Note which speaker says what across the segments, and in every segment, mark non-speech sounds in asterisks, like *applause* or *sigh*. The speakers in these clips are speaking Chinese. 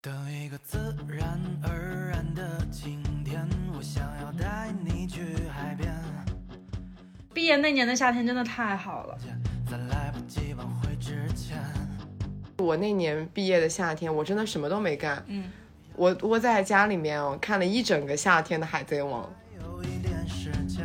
Speaker 1: 等一个自然而然的晴天，我想要带你去海边，
Speaker 2: 毕业那年的夏天真的太好了，
Speaker 1: 在来不及挽回之前。
Speaker 3: 我那年毕业的夏天，我真的什么都没干，
Speaker 2: 嗯，
Speaker 3: 我窝在家里面哦，看了一整个夏天的《海贼王》。
Speaker 1: 有一点时间，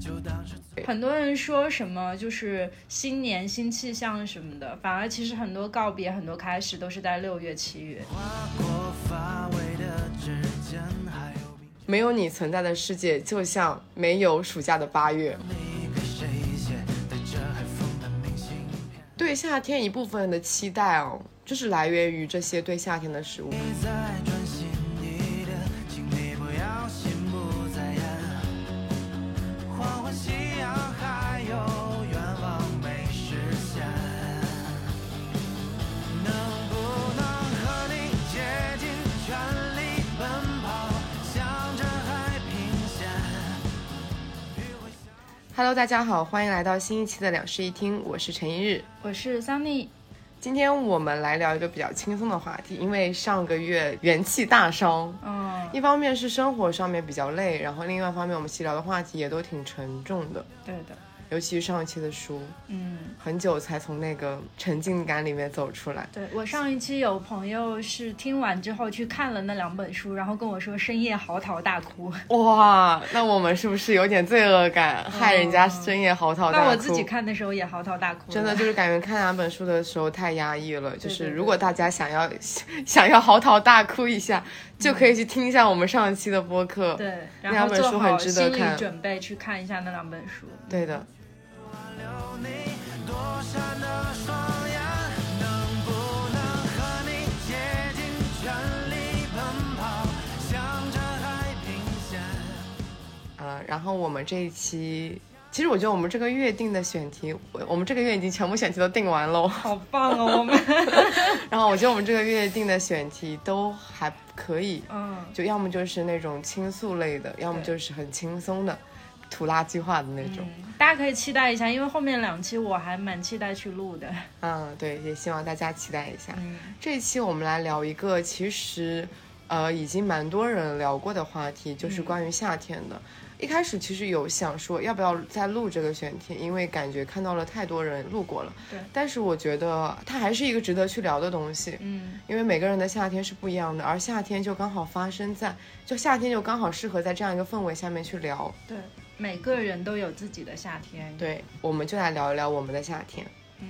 Speaker 1: 就当是最
Speaker 2: 很多人说什么就是新年新气象什么的，反而其实很多告别、很多开始都是在六月、七月。
Speaker 1: 划过发尾的指尖，还有冰
Speaker 3: 没有你存在的世界，就像没有暑假的八月。
Speaker 1: 你给谁写带着海风的明信片？
Speaker 3: 对夏天一部分的期待哦，就是来源于这些对夏天的食物。
Speaker 1: 你再专心一点，请你不要心不在焉。黄昏夕阳还有愿望没实现，能不能和你竭尽全力奔跑，向着海平线？余晖像
Speaker 3: Hello，大家好，欢迎来到新一期的两室一厅，我是陈一日。
Speaker 2: 我是 Sunny，
Speaker 3: 今天我们来聊一个比较轻松的话题，因为上个月元气大伤，
Speaker 2: 嗯，
Speaker 3: 一方面是生活上面比较累，然后另外一方面我们一起聊的话题也都挺沉重的，
Speaker 2: 对的，
Speaker 3: 尤其是上一期的书，
Speaker 2: 嗯，
Speaker 3: 很久才从那个沉浸感里面走出来。
Speaker 2: 对我上一期有朋友是听完之后去看了那两本书，然后跟我说深夜嚎啕大哭，
Speaker 3: 哇，那我们是不是有点罪恶感，害人家深夜嚎啕大哭？
Speaker 2: 那我自己看的时候也嚎啕大哭，
Speaker 3: 真的就是感觉看两本书的时候太压抑了，就
Speaker 2: 对
Speaker 3: 是
Speaker 2: 对
Speaker 3: 如果大家想要 *laughs* 想要嚎啕大哭一下，就可以去听一下我们上一期的播客。
Speaker 2: 对，
Speaker 3: 那
Speaker 2: 然
Speaker 3: 两
Speaker 2: 后
Speaker 3: 本
Speaker 2: 做
Speaker 3: 书
Speaker 2: 好
Speaker 3: 很值得
Speaker 2: 心理
Speaker 3: 看
Speaker 2: 准备去看一下那两本书。
Speaker 3: 对的，
Speaker 1: 挽留你躲闪的双眼，能不能和你竭尽全力奔跑，向着海平线？
Speaker 3: 呃，然后我们这一期，其实我觉得我们这个月定的选题，我我们这个月已经全部选题都定完喽。
Speaker 2: 好棒哦，我 *laughs* 们，
Speaker 3: *laughs* 然后我觉得我们这个月定的选题都还可以，
Speaker 2: 嗯，
Speaker 3: 就要么就是那种倾诉类的，要么
Speaker 2: 对
Speaker 3: 就是很轻松的土垃圾化的那种。
Speaker 2: 嗯大家可以期待一下，因为后面两期我还蛮期待去录的。
Speaker 3: 嗯，对，也希望大家期待一下。
Speaker 2: 嗯，
Speaker 3: 这一期我们来聊一个其实，呃，已经蛮多人聊过的话题，就是
Speaker 2: 嗯
Speaker 3: 关于夏天的。一开始其实有想说要不要再录这个选题，因为感觉看到了太多人录过了。
Speaker 2: 对
Speaker 3: 但是我觉得它还是一个值得去聊的东西，
Speaker 2: 嗯，
Speaker 3: 因为每个人的夏天是不一样的，而夏天就刚好发生在，就夏天就刚好适合在这样一个氛围下面去聊。
Speaker 2: 对，每个人都有自己的夏天。，
Speaker 3: 对，我们就来聊一聊我们的夏天。
Speaker 2: 嗯，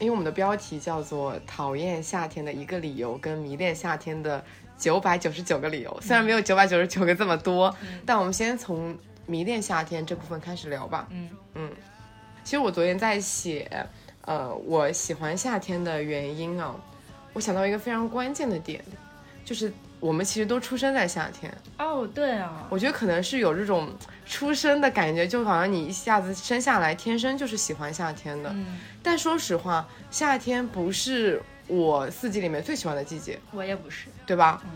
Speaker 3: 因为我们的标题叫做“讨厌夏天的一个理由”跟“迷恋夏天的九百九十九个理由”，虽然没有九百九十九个这么多，
Speaker 2: 嗯
Speaker 3: 但我们先从迷恋夏天这部分开始聊吧。
Speaker 2: 嗯
Speaker 3: 其实我昨天在写，呃，我喜欢夏天的原因啊，我想到一个非常关键的点，就是我们其实都出生在夏天。
Speaker 2: 哦，对啊，
Speaker 3: 我觉得可能是有这种出生的感觉，就好像你一下子生下来，天生就是喜欢夏天的。
Speaker 2: 嗯，
Speaker 3: 但说实话，夏天不是我四季里面最喜欢的季节，
Speaker 2: 我也不是。
Speaker 3: 对吧？
Speaker 2: 嗯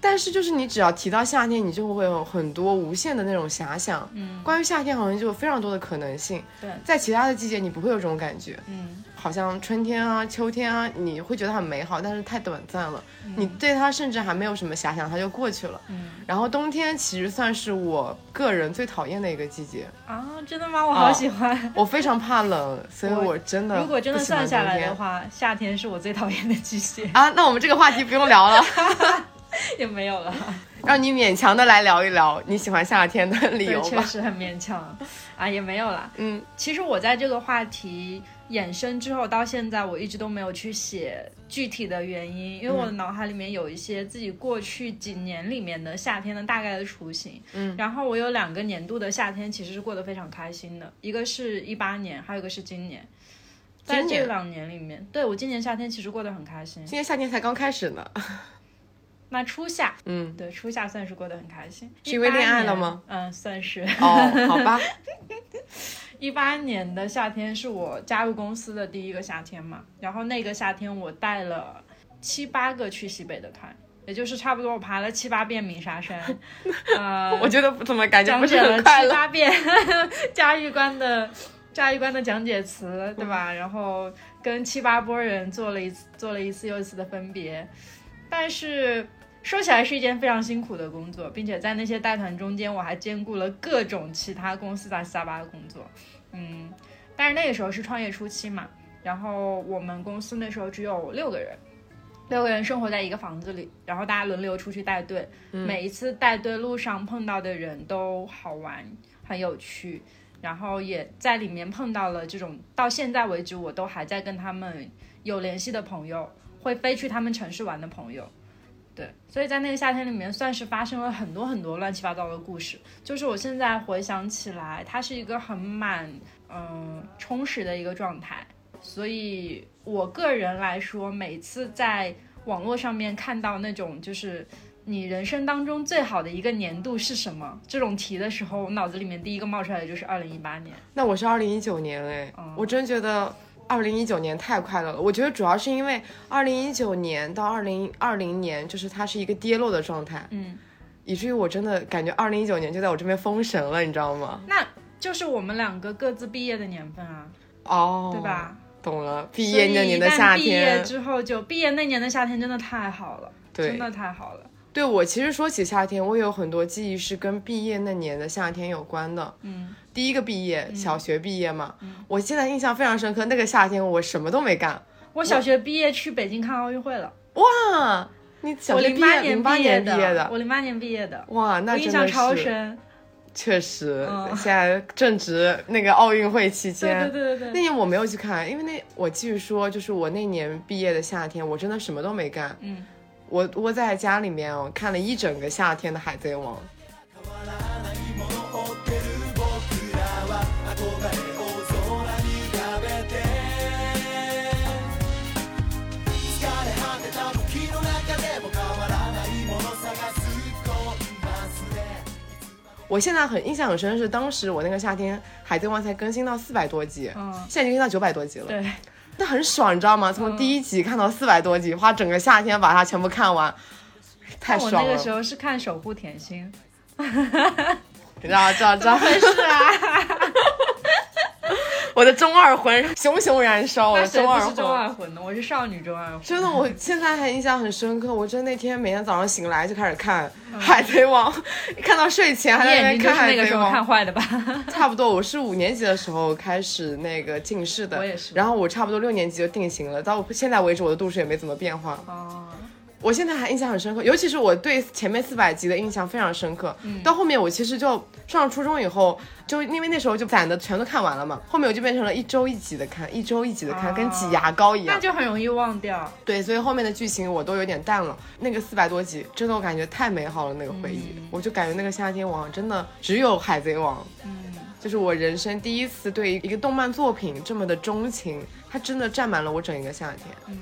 Speaker 3: 但是就是你只要提到夏天，你就会有很多无限的那种遐想。
Speaker 2: 嗯，
Speaker 3: 关于夏天，好像就有非常多的可能性。
Speaker 2: 对，
Speaker 3: 在其他的季节，你不会有这种感觉，
Speaker 2: 嗯，
Speaker 3: 好像春天啊、秋天啊，你会觉得很美好，但是太短暂了。
Speaker 2: 嗯
Speaker 3: 你对它甚至还没有什么遐想，它就过去了。
Speaker 2: 嗯
Speaker 3: 然后冬天其实算是我个人最讨厌的一个季节，
Speaker 2: 啊，真的吗？我
Speaker 3: 哦
Speaker 2: 好喜欢。
Speaker 3: 我非常怕冷，所以
Speaker 2: 我
Speaker 3: 我真的
Speaker 2: 如果真的
Speaker 3: 不喜欢
Speaker 2: 算下来
Speaker 3: 冬天
Speaker 2: 的话，夏天是我最讨厌的季节，
Speaker 3: 啊，那我们这个话题不用聊了， *laughs*
Speaker 2: 也没有了。
Speaker 3: 让你勉强的来聊一聊你喜欢夏天的理
Speaker 2: 对，
Speaker 3: 由
Speaker 2: 确
Speaker 3: 吧。
Speaker 2: 实很勉强啊，也没有啦。
Speaker 3: 嗯，
Speaker 2: 其实我在这个话题衍生之后到现在，我一直都没有去写具体的原因，因为我
Speaker 3: 嗯
Speaker 2: 的脑海里面有一些自己过去几年里面的夏天的大概的雏形。
Speaker 3: 嗯
Speaker 2: 然后我有两个年度的夏天其实是过得非常开心的，一个是一八年，还有一个是今年。在
Speaker 3: 今年
Speaker 2: 这两年里面，对我今年夏天其实过得很开心。
Speaker 3: 今年夏天才刚开始呢。
Speaker 2: 那初夏，
Speaker 3: 嗯，
Speaker 2: 对初夏算是过得很开心，
Speaker 3: 是因为
Speaker 2: 18年
Speaker 3: 恋爱了吗？
Speaker 2: 嗯，算是。
Speaker 3: 哦，好
Speaker 2: *laughs*
Speaker 3: 吧，
Speaker 2: 一八年的夏天是我加入公司的第一个夏天嘛，然后那个夏天我带了七八个去西北的团，也就是差不多我爬了七八遍鸣沙山，呃，
Speaker 3: 我觉得不怎么感觉
Speaker 2: 讲
Speaker 3: 不
Speaker 2: 解
Speaker 3: 是
Speaker 2: 了 *laughs*
Speaker 3: 很快
Speaker 2: 七
Speaker 3: 乐。
Speaker 2: 八遍嘉峪关的炸鱼关的讲解词，对
Speaker 3: 嗯
Speaker 2: 吧？然后跟七八波人做了一次，做了一次又一次的分别，但是说起来是一件非常辛苦的工作，并且在那些带团中间，我还兼顾了各种其他公司杂七杂八的工作，嗯，但是那个时候是创业初期嘛，然后我们公司那时候只有六个人。六个人生活在一个房子里，然后大家轮流出去带队，每一次带队路上碰到的人都好玩，很有趣，然后也在里面碰到了这种到现在为止我都还在跟他们有联系的朋友，会飞去他们城市玩的朋友。对，所以在那个夏天里面，算是发生了很多很多乱七八糟的故事。就是我现在回想起来，它是一个很满嗯、呃充实的一个状态。所以我个人来说，每次在网络上面看到那种就是你人生当中最好的一个年度是什么这种题的时候，我脑子里面第一个冒出来的就是二零一八年。
Speaker 3: 那我是二零一九年哎，
Speaker 2: 哦
Speaker 3: 我真觉得二零一九年太快乐了。我觉得主要是因为二零一九年到二零二零年，就是它是一个跌落的状态，
Speaker 2: 嗯，
Speaker 3: 以至于我真的感觉二零一九年就在我这边封神了，你知道吗？
Speaker 2: 那就是我们两个各自毕业的年份啊，
Speaker 3: 哦，
Speaker 2: 对？吧？
Speaker 3: 懂了，毕业那
Speaker 2: 所以
Speaker 3: 年
Speaker 2: 一
Speaker 3: 的
Speaker 2: 旦
Speaker 3: 夏
Speaker 2: 毕业
Speaker 3: 天，
Speaker 2: 之后就毕业那年的夏天真的太好了，
Speaker 3: 对
Speaker 2: 真的太好了。
Speaker 3: 对我其实说起夏天，我有很多记忆是跟毕业那年的夏天有关的。
Speaker 2: 嗯，
Speaker 3: 第一个毕业，小学毕业嘛，我现在印象非常深刻。那个夏天我什么都没干，
Speaker 2: 我小学毕业去北京看奥运会了，
Speaker 3: 哇！你小
Speaker 2: 我
Speaker 3: 学
Speaker 2: 零
Speaker 3: 毕业，
Speaker 2: 年
Speaker 3: 零八年
Speaker 2: 的，
Speaker 3: 毕业的，
Speaker 2: 我零八年毕业的，
Speaker 3: 哇，
Speaker 2: 我
Speaker 3: 那
Speaker 2: 印
Speaker 3: 真
Speaker 2: 象
Speaker 3: 的
Speaker 2: 超
Speaker 3: 是
Speaker 2: 深。 *laughs*
Speaker 3: 确实，
Speaker 2: 嗯
Speaker 3: 现在正值那个奥运会期
Speaker 2: 对 *laughs*
Speaker 3: 间，
Speaker 2: 对对对
Speaker 3: *laughs* 那
Speaker 2: 对，
Speaker 3: 年我没有去看，因为那我继续说，就是我那年毕业的夏天，我真的什么都没干，
Speaker 2: 嗯，
Speaker 3: 我窝在家里面哦，看了一整个夏天的《海贼王》。我现在很印象很深是，当时我那个夏天《海贼王》才更新到四百多集，
Speaker 2: 嗯
Speaker 3: 现在已经更新到九百多集了。
Speaker 2: 对，嗯
Speaker 3: 那很爽，你知道吗？从第一集看到四百多集，花整个夏天把它全部看完，太
Speaker 2: 但我
Speaker 3: 爽
Speaker 2: 那
Speaker 3: 了。
Speaker 2: 个时候是看《守护甜
Speaker 3: *laughs*
Speaker 2: 心
Speaker 3: 知道知道知道，回事啊？ *laughs* 我的中二魂熊熊燃》，烧，我
Speaker 2: 那
Speaker 3: 的
Speaker 2: 谁
Speaker 3: 中
Speaker 2: 不
Speaker 3: 二
Speaker 2: 是中
Speaker 3: 魂。
Speaker 2: 哦二魂呢？我是少女中二 *laughs* 魂。
Speaker 3: 真的，我现在还印象很深刻。我真的那天每天早上醒来就开始看《海贼王》， *laughs* 看到睡前还
Speaker 2: 嗯你
Speaker 3: 在那
Speaker 2: 眼
Speaker 3: 边
Speaker 2: 睛就
Speaker 3: 哎看
Speaker 2: 是
Speaker 3: 《海
Speaker 2: 那个
Speaker 3: 贼
Speaker 2: 时候
Speaker 3: 王》
Speaker 2: 看坏的吧？
Speaker 3: 差不多，我是五年级的时候开始那个近视的，
Speaker 2: 我也是
Speaker 3: 然后我差不多六年级就定型了，到现在为止我的度数也没怎么变化。
Speaker 2: *laughs* 哦，
Speaker 3: 我现在还印象很深刻，尤其是我对前面四百集的印象非常深刻。
Speaker 2: 嗯
Speaker 3: 到后面我其实就上初中以后，就因为那时候就攒的全都看完了嘛，后面我就变成了一周一集的看，一周一集的看，
Speaker 2: 哦
Speaker 3: 跟挤牙膏一
Speaker 2: 那
Speaker 3: 样。
Speaker 2: 就很容易忘掉。
Speaker 3: 对，所以后面的剧情我都有点淡了。那个四百多集，真的我感觉太美好了，那个回忆，我就感觉那个夏天我好像真的只有《海贼王》。
Speaker 2: 嗯，
Speaker 3: 就是我人生第一次对一个动漫作品这么的钟情，它真的占满了我整一个夏天。
Speaker 2: 嗯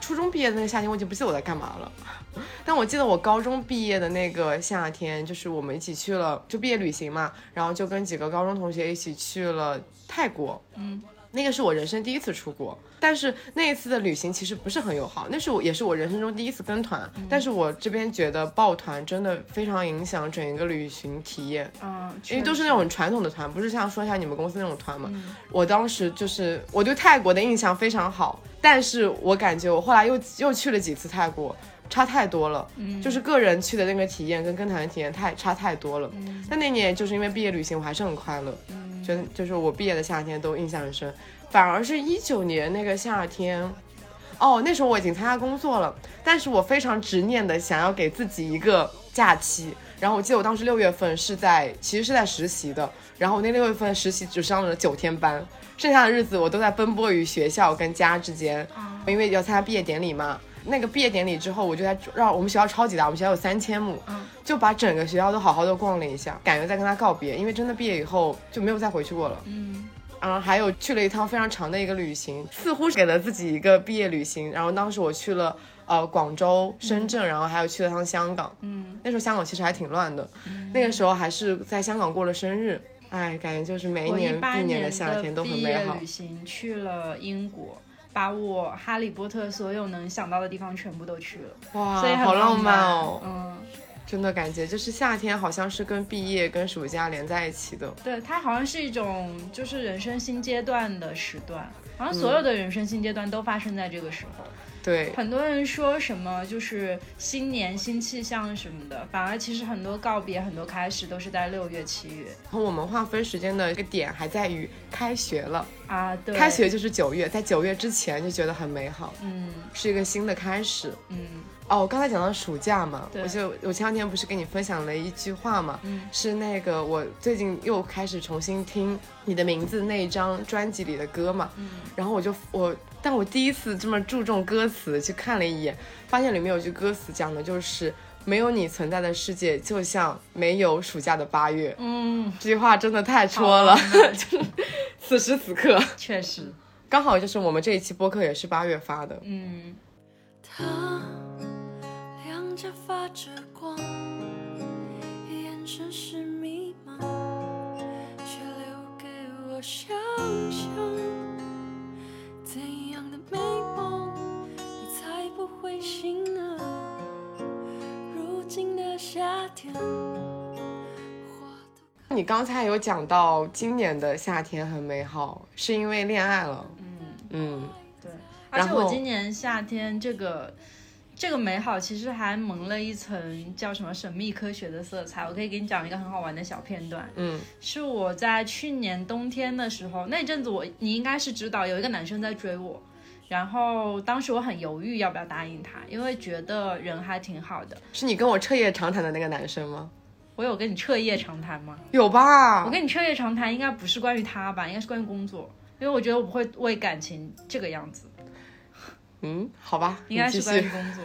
Speaker 3: 初中毕业的那个夏天，我已经不记得我在干嘛了， *laughs* 但我记得我高中毕业的那个夏天，就是我们一起去了就毕业旅行嘛，然后就跟几个高中同学一起去了泰国。嗯。那个是我人生第一次出国，但是那一次的旅行其实不是很友好，那是我也是我人生中第一次跟团，但是我这边觉得抱团真的非常影响整一个旅行体验，
Speaker 2: 嗯，
Speaker 3: 因为都是那
Speaker 2: 种
Speaker 3: 种很传统的团，不是像说一下你们公司那种团嘛。我当时就是我对泰国的印象非常好，但是我感觉我后来又又去了几次泰国，差太多了。就是个人去的那个体验跟跟团的体验太差太多了。但那年就是因为毕业旅行，我还是很快乐，觉得就是我毕业的夏天都印象很深。反而是一九年那个夏天，哦，那时候我已经参加工作了，但是我非常执念的想要给自己一个假期。然后我记得我当时六月份是在，其实是在实习的。然后我那六月份实习只上了九天班，剩下的日子我都在奔波于学校跟家之间，因为要参加毕业典礼嘛。那个毕业典礼之后，我就在让我们学校超级大，我们学校有三千亩，就把整个学校都好好的逛了一下，感觉在跟他告别，因为真的毕业以后就没有再回去过了。
Speaker 2: 嗯
Speaker 3: 然后啊还有去了一趟非常长的一个旅行，似乎是给了自己一个毕业旅行。然后当时我去了呃广州、深
Speaker 2: 嗯
Speaker 3: 圳，然后还有去了趟香港。嗯，那时候香港其实还挺乱的，
Speaker 2: 嗯
Speaker 3: 那个时候还是在香港过了生日。哎，感觉就是每一
Speaker 2: 我一
Speaker 3: 年
Speaker 2: 八
Speaker 3: 一年
Speaker 2: 的
Speaker 3: 夏天都很
Speaker 2: 毕
Speaker 3: 美
Speaker 2: 业
Speaker 3: 好
Speaker 2: 旅。行去了英国，把我《哈利波特》所有能想到的地方全部都去了，
Speaker 3: 哇
Speaker 2: 所以，很
Speaker 3: 好
Speaker 2: 浪
Speaker 3: 浪漫哦！
Speaker 2: 嗯，
Speaker 3: 真的感觉就是夏天好像是跟毕业跟暑假连在一起的。
Speaker 2: 对，它好像是一种就是人生新阶段的时段，好像
Speaker 3: 嗯
Speaker 2: 所有的人生新阶段都发生在这个时候。
Speaker 3: 对，
Speaker 2: 很多人说什么就是新年新气象什么的，反而其实很多告别、很多开始都是在六月、七月
Speaker 3: 然后我们划分时间的一个点还在于开学了，
Speaker 2: 啊。对，
Speaker 3: 开学就是九月，在九月之前就觉得很美好，
Speaker 2: 嗯
Speaker 3: 是一个新的开始。
Speaker 2: 嗯
Speaker 3: 哦，我刚才讲到暑假嘛，
Speaker 2: 对
Speaker 3: 我就我前两天不是跟你分享了一句话嘛，
Speaker 2: 嗯
Speaker 3: 是那个我最近又开始重新听《你的名字》那一张专辑里的歌嘛，
Speaker 2: 嗯
Speaker 3: 然后我就我，但我第一次这么注重歌词去看了一眼，发现里面有句歌词讲的就是没有你存在的世界，就像没有暑假的八月。
Speaker 2: 嗯，
Speaker 3: 这句话真的太戳了，
Speaker 2: 啊
Speaker 3: 就是此时此刻，
Speaker 2: 确实，
Speaker 3: 刚好就是我们这一期播客也是八月发的，
Speaker 2: 嗯
Speaker 4: 他两颊发着光，眼神是迷茫，却留给我想象。怎样的美梦，你才不会醒啊？如今的夏天，花都。
Speaker 3: 你刚才有讲到今年的夏天很美好，是因为恋爱了。
Speaker 2: 嗯，
Speaker 3: 嗯，
Speaker 2: 对。而
Speaker 3: 然
Speaker 2: 且
Speaker 3: 后
Speaker 2: 我今年夏天这个这个美好，其实还蒙了一层叫什么神秘科学的色彩。我可以给你讲一个很好玩的小片段。
Speaker 3: 嗯，
Speaker 2: 是我在去年冬天的时候，那阵子我你应该是知道有一个男生在追我，然后当时我很犹豫要不要答应他，因为觉得人还挺好的。
Speaker 3: 是你跟我彻夜长谈的那个男生吗？
Speaker 2: 我有跟你彻夜长谈吗？
Speaker 3: 有吧？
Speaker 2: 我跟你彻夜长谈应该不是关于他吧，应该是关于工作，因为我觉得我不会为感情这个样子，
Speaker 3: 嗯，好吧，
Speaker 2: *laughs* 应该
Speaker 3: 你
Speaker 2: 是
Speaker 3: 继
Speaker 2: 关于
Speaker 3: 续。
Speaker 2: 工作。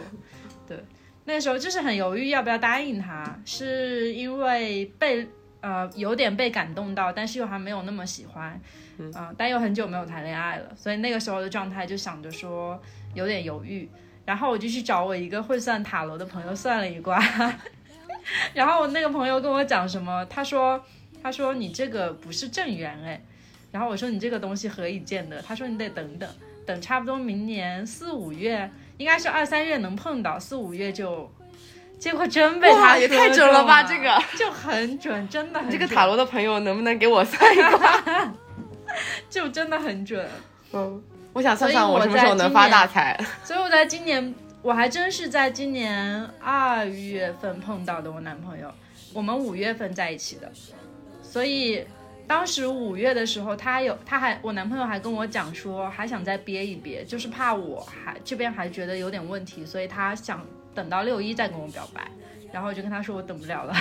Speaker 2: 对，那时候就是很犹豫要不要答应他，是因为被呃有点被感动到，但是又还没有那么喜欢，嗯、但又很久没有谈恋爱了，所以那个时候的状态就想着说有点犹豫，然后我就去找我一个会算塔罗的朋友算了一卦， *laughs* 然后我那个朋友跟我讲什么，他说他说你这个不是正缘哎，然后我说你这个东西何以见得？他说你得等等。等差不多明年四五月，应该是二三月能碰到，四五月就，结果真被
Speaker 3: 哇
Speaker 2: 他
Speaker 3: 也
Speaker 2: 说
Speaker 3: 太准了吧
Speaker 2: 中
Speaker 3: 这个
Speaker 2: 就很准，真的很
Speaker 3: 这
Speaker 2: 准，
Speaker 3: 个塔罗的朋友能不能给我算一卦？
Speaker 2: 就真的很准。
Speaker 3: *laughs* 嗯，我想
Speaker 2: 所
Speaker 3: 算
Speaker 2: 以
Speaker 3: 算
Speaker 2: 我
Speaker 3: 什么时候
Speaker 2: 在
Speaker 3: 能
Speaker 2: 今
Speaker 3: 发
Speaker 2: 年
Speaker 3: 大财。
Speaker 2: *laughs* 所以我在今年，我还真是在今年二月份碰到的我男朋友，我们五月份在一起的，所以当时五月的时候，他有他还我男朋友还跟我讲说，还想再憋一憋，就是怕我还这边还觉得有点问题，所以他想等到六一再跟我表白，然后我就跟他说我等不了 *laughs* 了。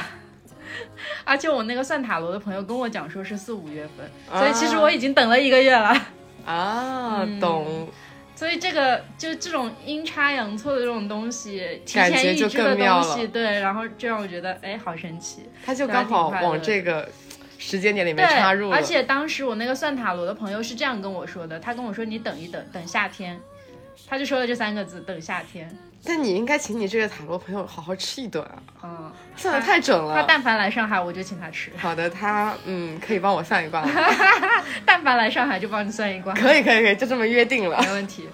Speaker 2: 而且我那个算塔罗的朋友跟我讲说是四五月份，所以其实
Speaker 3: 啊
Speaker 2: 我已经等了一个月了。
Speaker 3: 啊，
Speaker 2: 嗯
Speaker 3: 懂，
Speaker 2: 所以这个就这种阴差阳错的这种东西，提
Speaker 3: 感觉
Speaker 2: 前
Speaker 3: 就
Speaker 2: 预知的
Speaker 3: 更妙
Speaker 2: 东
Speaker 3: 了
Speaker 2: 西，对，然后就让我觉得哎，好神奇。
Speaker 3: 他就
Speaker 2: 对
Speaker 3: 刚
Speaker 2: 还挺
Speaker 3: 好
Speaker 2: 快乐
Speaker 3: 往
Speaker 2: 的
Speaker 3: 这个时间点里
Speaker 2: 对
Speaker 3: 面插入，了。
Speaker 2: 而且当时我那个算塔罗的朋友是这样跟我说的，他跟我说你等一等，等夏天，他就说了这三个字，等夏天。
Speaker 3: 但你应该请你这个塔罗朋友好好吃一顿啊，
Speaker 2: 嗯，
Speaker 3: 算的太准
Speaker 2: 他
Speaker 3: 了。
Speaker 2: 但凡来上海，我就请他吃； *laughs*
Speaker 3: 好的，他嗯，可以帮我算一卦吗， *laughs*
Speaker 2: 但凡来上海，就帮你算一卦，
Speaker 3: 可以可以可以，就这么约定了。
Speaker 2: 没问题。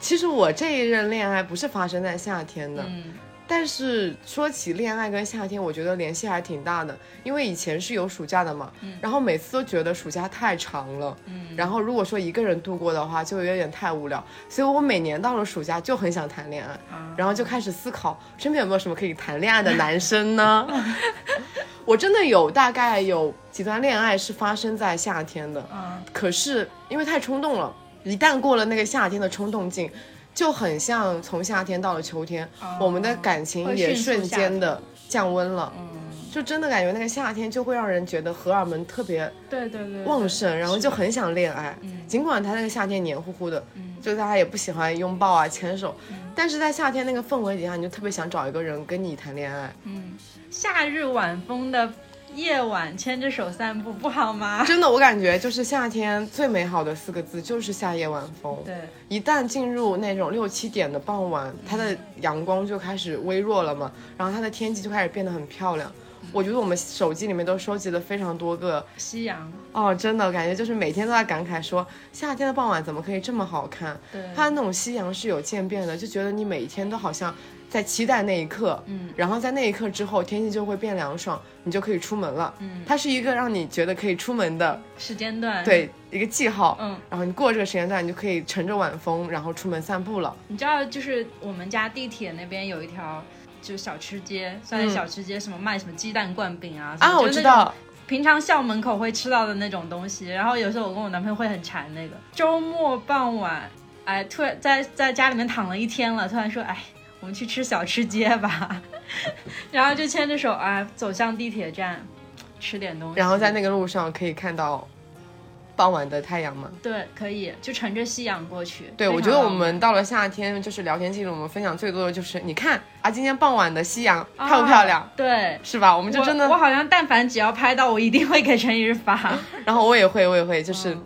Speaker 3: 其实我这一任恋爱不是发生在夏天的，
Speaker 2: 嗯
Speaker 3: 但是说起恋爱跟夏天，我觉得联系还挺大的，因为以前是有暑假的嘛，然后每次都觉得暑假太长了，
Speaker 2: 嗯
Speaker 3: 然后如果说一个人度过的话，就有点太无聊，所以我每年到了暑假就很想谈恋爱，
Speaker 2: 啊，
Speaker 3: 然后就开始思考身边有没有什么可以谈恋爱的男
Speaker 2: *laughs*
Speaker 3: 生呢？我真的有大概有几段恋爱是发生在夏天的，
Speaker 2: 嗯
Speaker 3: 可是因为太冲动了，一旦过了那个夏天的冲动劲，就很像从夏天到了秋天，
Speaker 2: 哦
Speaker 3: 我们的感情也瞬间的降温了。
Speaker 2: 嗯，
Speaker 3: 就真的感觉那个夏天就会让人觉得荷尔蒙特别
Speaker 2: 对对对，对
Speaker 3: 旺盛，然后就很想恋爱。
Speaker 2: 嗯
Speaker 3: 尽管他那个夏天黏糊糊的，
Speaker 2: 嗯
Speaker 3: 就大家也不喜欢拥抱啊、牵手，
Speaker 2: 嗯
Speaker 3: 但是在夏天那个氛围底下，你就特别想找一个人跟你谈恋爱，
Speaker 2: 嗯，夏日晚风的夜晚，牵着手散步不好吗？
Speaker 3: 真的，我感觉就是夏天最美好的四个字就是夏夜晚风。
Speaker 2: 对，
Speaker 3: 一旦进入那种六七点的傍晚，它的阳光就开始微弱了嘛，然后它的天气就开始变得很漂亮。我觉得我们手机里面都收集了非常多个
Speaker 2: 夕阳，
Speaker 3: 哦，真的感觉就是每天都在感慨说，夏天的傍晚怎么可以这么好看？
Speaker 2: 对，
Speaker 3: 它的那种夕阳是有渐变的，就觉得你每一天都好像在期待那一刻，
Speaker 2: 嗯，
Speaker 3: 然后在那一刻之后天气就会变凉爽，你就可以出门了，
Speaker 2: 嗯
Speaker 3: 它是一个让你觉得可以出门的
Speaker 2: 时间段，，
Speaker 3: 对一个记号，
Speaker 2: 嗯，
Speaker 3: 然后你过了这个时间段，你就可以乘着晚风，然后出门散步了，
Speaker 2: 你知道，就是我们家地铁那边有一条。就小吃街，算是小吃街，什么卖什么鸡蛋灌饼啊，什么
Speaker 3: 嗯啊，我
Speaker 2: 就
Speaker 3: 知
Speaker 2: 那种
Speaker 3: 道，
Speaker 2: 平常校门口会吃到的那种东西，然后有时候我跟我男朋友会很馋那个。周末傍晚，哎，突然在在家里面躺了一天了，突然说，哎，我们去吃小吃街吧， *laughs* 然后就牵着手啊走向地铁站，吃点东西，
Speaker 3: 然后在那个路上可以看到傍晚的太阳嘛。
Speaker 2: 对，可以就乘着夕阳过去。非
Speaker 3: 对，
Speaker 2: 常
Speaker 3: 我觉得我
Speaker 2: 浪漫
Speaker 3: 们到了夏天，就是聊天记录，我们分享最多的就是，你看啊，今天傍晚的夕阳
Speaker 2: 啊
Speaker 3: 漂不漂亮，
Speaker 2: 对。
Speaker 3: 是吧？我们就
Speaker 2: 我
Speaker 3: 真的
Speaker 2: 我，好像但凡只要拍到，我一定会给陈一日
Speaker 3: *laughs*
Speaker 2: 发。
Speaker 3: 然后我也会，我也会，就是，
Speaker 2: 嗯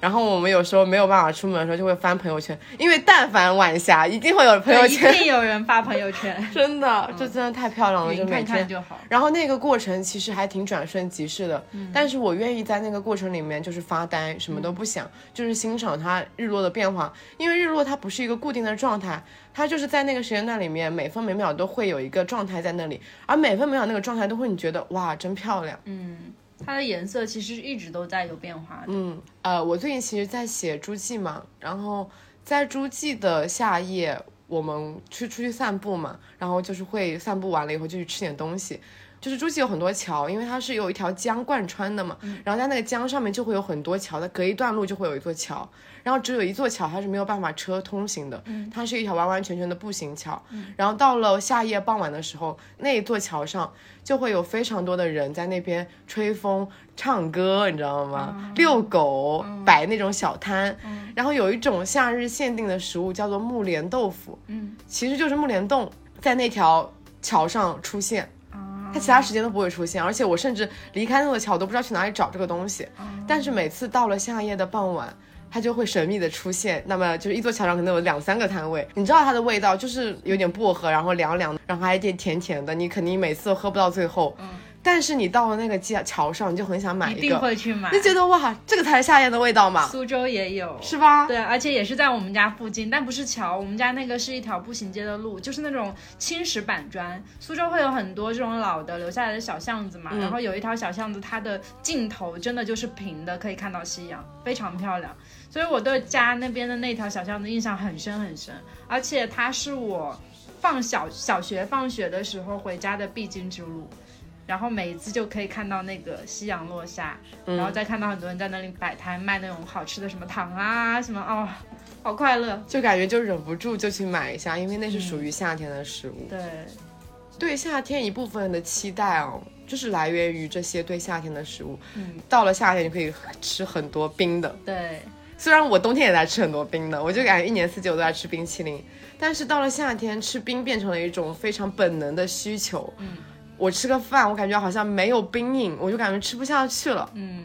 Speaker 3: 然后我们有时候没有办法出门的时候，就会翻朋友圈，因为但凡晚霞，一定会有朋友
Speaker 2: 一
Speaker 3: 圈，
Speaker 2: 定有人发朋友圈，
Speaker 3: *laughs* 真的，这真的太漂亮了，就
Speaker 2: 你
Speaker 3: 每
Speaker 2: 看看
Speaker 3: 天。
Speaker 2: 就好。
Speaker 3: 然后那个过程其实还挺转瞬即逝的，但是我愿意在那个过程里面就是发呆，什么都不想，就是欣赏它日落的变化，因为日落它不是一个固定的状态，它就是在那个时间段里面每分每秒都会有一个状态在那里，而每分每秒那个状态都会你觉得哇真漂亮，
Speaker 2: 嗯，它的颜色其实一直都在有变化的。
Speaker 3: 嗯，呃，我最近其实在写诸暨嘛，然后在诸暨的夏夜，我们去出去散步嘛，然后就是会散步完了以后就去吃点东西。就是诸暨有很多桥，因为它是有一条江贯穿的嘛，然后在那个江上面就会有很多桥，它隔一段路就会有一座桥，然后只有一座桥它是没有办法车通行的，它是一条完完全全的步行桥。然后到了夏夜傍晚的时候，那一座桥上就会有非常多的人在那边吹风、唱歌，你知道吗？遛狗、摆那种小摊。然后有一种夏日限定的食物叫做木莲豆腐，
Speaker 2: 嗯
Speaker 3: 其实就是木莲冻在那条桥上出现。
Speaker 2: 啊，
Speaker 3: 它其他时间都不会出现，而且我甚至离开那座桥都不知道去哪里找这个东西。
Speaker 2: 啊
Speaker 3: 但是每次到了夏夜的傍晚，它就会神秘的出现。那么就是一座桥上可能有两三个摊位，你知道它的味道就是有点薄荷，然后凉凉，然后还有点甜甜的，你肯定每次都喝不到最后。但是你到了那个桥桥上，你就很想买
Speaker 2: 嗯一
Speaker 3: 一
Speaker 2: 定
Speaker 3: 个，
Speaker 2: 会去买。
Speaker 3: 你就觉得哇，这个才是夏夜的味道嘛，
Speaker 2: 苏州也有，
Speaker 3: 是吧？
Speaker 2: 对，而且也是在我们家附近，但不是桥，我们家那个是一条步行街的路，就是那种青石板砖。苏州会有很多这种老的留下来的小巷子嘛，然后有一条小巷子，它的尽头真的就是平的，可以看到夕阳，非常漂亮。所以我对家那边的那条小巷子印象很深很深，而且它是我放小小学放学的时候回家的必经之路。然后每一次就可以看到那个夕阳落下，然后再看到很多人在那里摆摊卖那种好吃的什么糖啊什么哦，好快乐。
Speaker 3: 就感觉就忍不住就去买一下，因为那是
Speaker 2: 嗯
Speaker 3: 属于夏天的食物。
Speaker 2: 对，
Speaker 3: 对夏天一部分的期待哦，就是来源于这些对夏天的食物。
Speaker 2: 嗯，
Speaker 3: 到了夏天就可以吃很多冰的，
Speaker 2: 对，
Speaker 3: 虽然我冬天也在吃很多冰的，我就感觉一年四季我都在吃冰淇淋，但是到了夏天吃冰变成了一种非常本能的需求。
Speaker 2: 嗯，
Speaker 3: 我吃个饭，我感觉好像没有冰饮，我就感觉吃不下去了。
Speaker 2: 嗯，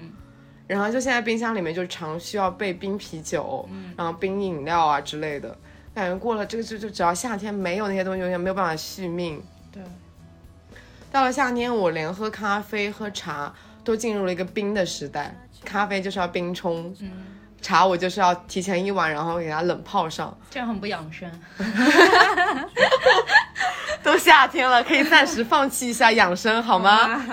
Speaker 3: 然后就现在冰箱里面就常需要备冰啤酒，
Speaker 2: 嗯
Speaker 3: 然后冰饮料啊之类的。感觉过了这个就就只要夏天没有那些东西，永远没有办法续命。
Speaker 2: 对，
Speaker 3: 到了夏天，我连喝咖啡、喝茶都进入了一个冰的时代。咖啡就是要冰冲，
Speaker 2: 嗯，
Speaker 3: 茶我就是要提前一晚，然后给它冷泡上。 *laughs*
Speaker 2: 这样很不养生。
Speaker 3: 都夏天了，可以暂时放弃一下养生，好吗？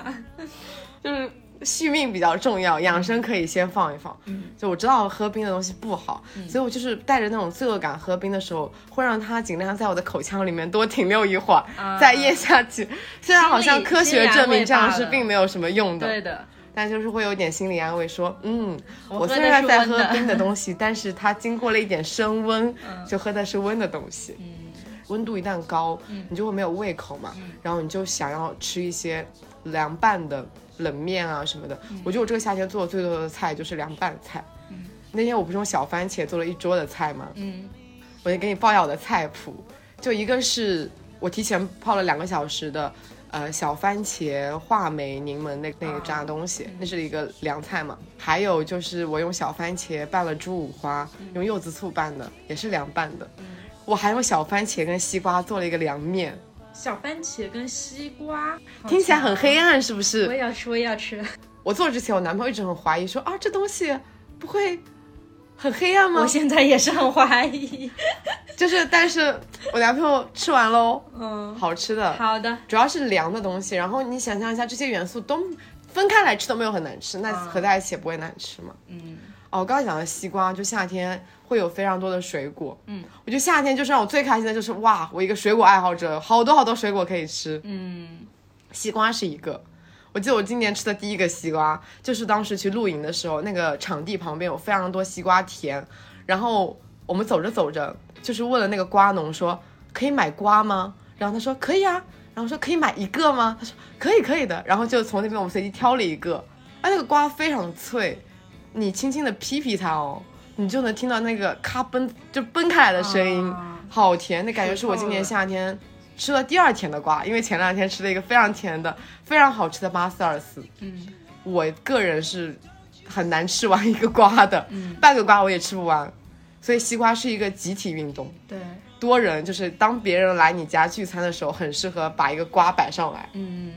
Speaker 3: *laughs* 就是续命比较重要，养生可以先放一放。嗯，就我知道喝冰的东西不好，
Speaker 2: 嗯
Speaker 3: 所以我就是带着那种罪恶感喝冰的时候，会让它尽量在我的口腔里面多停留一会儿，
Speaker 2: 啊
Speaker 3: 再咽下去。虽然好像
Speaker 2: 心理
Speaker 3: 科学证明这样是并没有什么用的，
Speaker 2: 对的，
Speaker 3: 但就是会有点心理安慰说，嗯，
Speaker 2: 我
Speaker 3: 我
Speaker 2: 喝
Speaker 3: 虽
Speaker 2: 的
Speaker 3: 然
Speaker 2: 是
Speaker 3: 在
Speaker 2: 温
Speaker 3: 喝
Speaker 2: 的 *laughs*
Speaker 3: 冰的东西，但是它经过了一点升温，
Speaker 2: 嗯
Speaker 3: 就喝的是温的东西。
Speaker 2: 嗯，
Speaker 3: 温度一旦高，你就会没有胃口嘛，然后你就想要吃一些凉拌的冷面啊什么的。
Speaker 2: 嗯
Speaker 3: 我觉得我这个夏天做的最多的菜就是凉拌菜。那天我不是用小番茄做了一桌的菜嘛，
Speaker 2: 嗯，
Speaker 3: 我就给你报一下我的菜谱，就一个是我提前泡了两个小时的。呃，小番茄、话梅、柠檬那那个炸东
Speaker 2: 哦
Speaker 3: 西，那是一个凉菜嘛。还有就是我用小番茄拌了猪五花，
Speaker 2: 嗯
Speaker 3: 用柚子醋拌的，也是凉拌的。我还用小番茄跟西瓜做了一个凉面，
Speaker 2: 小番茄跟西瓜，好
Speaker 3: 听起来
Speaker 2: 香
Speaker 3: 很黑嗯暗，是不
Speaker 2: 我
Speaker 3: 是？
Speaker 2: 也要吃，我也要吃。
Speaker 3: 我做之前，我男朋友一直很怀疑，说啊，这东西不会很黑暗吗
Speaker 2: 我？现在也是很怀疑。
Speaker 3: 就是，但是我男朋友吃完喽，
Speaker 2: 嗯，
Speaker 3: 好吃的，
Speaker 2: 好的，
Speaker 3: 主要是凉的东西。然后你想象一下，这些元素都分开来吃都没有很难吃，那
Speaker 2: 啊
Speaker 3: 合在一起也不会难吃嘛。
Speaker 2: 嗯，
Speaker 3: 哦，我刚刚讲的西瓜，就夏天会有非常多的水果。
Speaker 2: 嗯，
Speaker 3: 我觉得夏天就是让我最开心的，就是哇，我一个水果爱好者，好多好多水果可以吃。
Speaker 2: 嗯，
Speaker 3: 西瓜是一个。我记得我今年吃的第一个西瓜，就是当时去露营的时候，那个场地旁边有非常多西瓜田，然后我们走着走着，就是问了那个瓜农说可以买瓜吗？然后他说可以啊，然后说可以买一个吗？他说可以可以的，然后就从那边我们随机挑了一个，啊那个瓜非常脆，你轻轻的劈劈它哦，你就能听到那个咔崩就崩开来的声音，
Speaker 2: 啊
Speaker 3: 好甜，那感觉
Speaker 2: 吃
Speaker 3: 是我今年
Speaker 2: 透了
Speaker 3: 夏天吃了第二天的瓜，因为前两天吃了一个非常甜的、非常好吃的八四二四。
Speaker 2: 嗯，
Speaker 3: 我个人是很难吃完一个瓜的，
Speaker 2: 嗯
Speaker 3: 半个瓜我也吃不完，所以西瓜是一个集体运动，
Speaker 2: 对，
Speaker 3: 多人就是当别人来你家聚餐的时候，很适合把一个瓜摆上来，
Speaker 2: 嗯，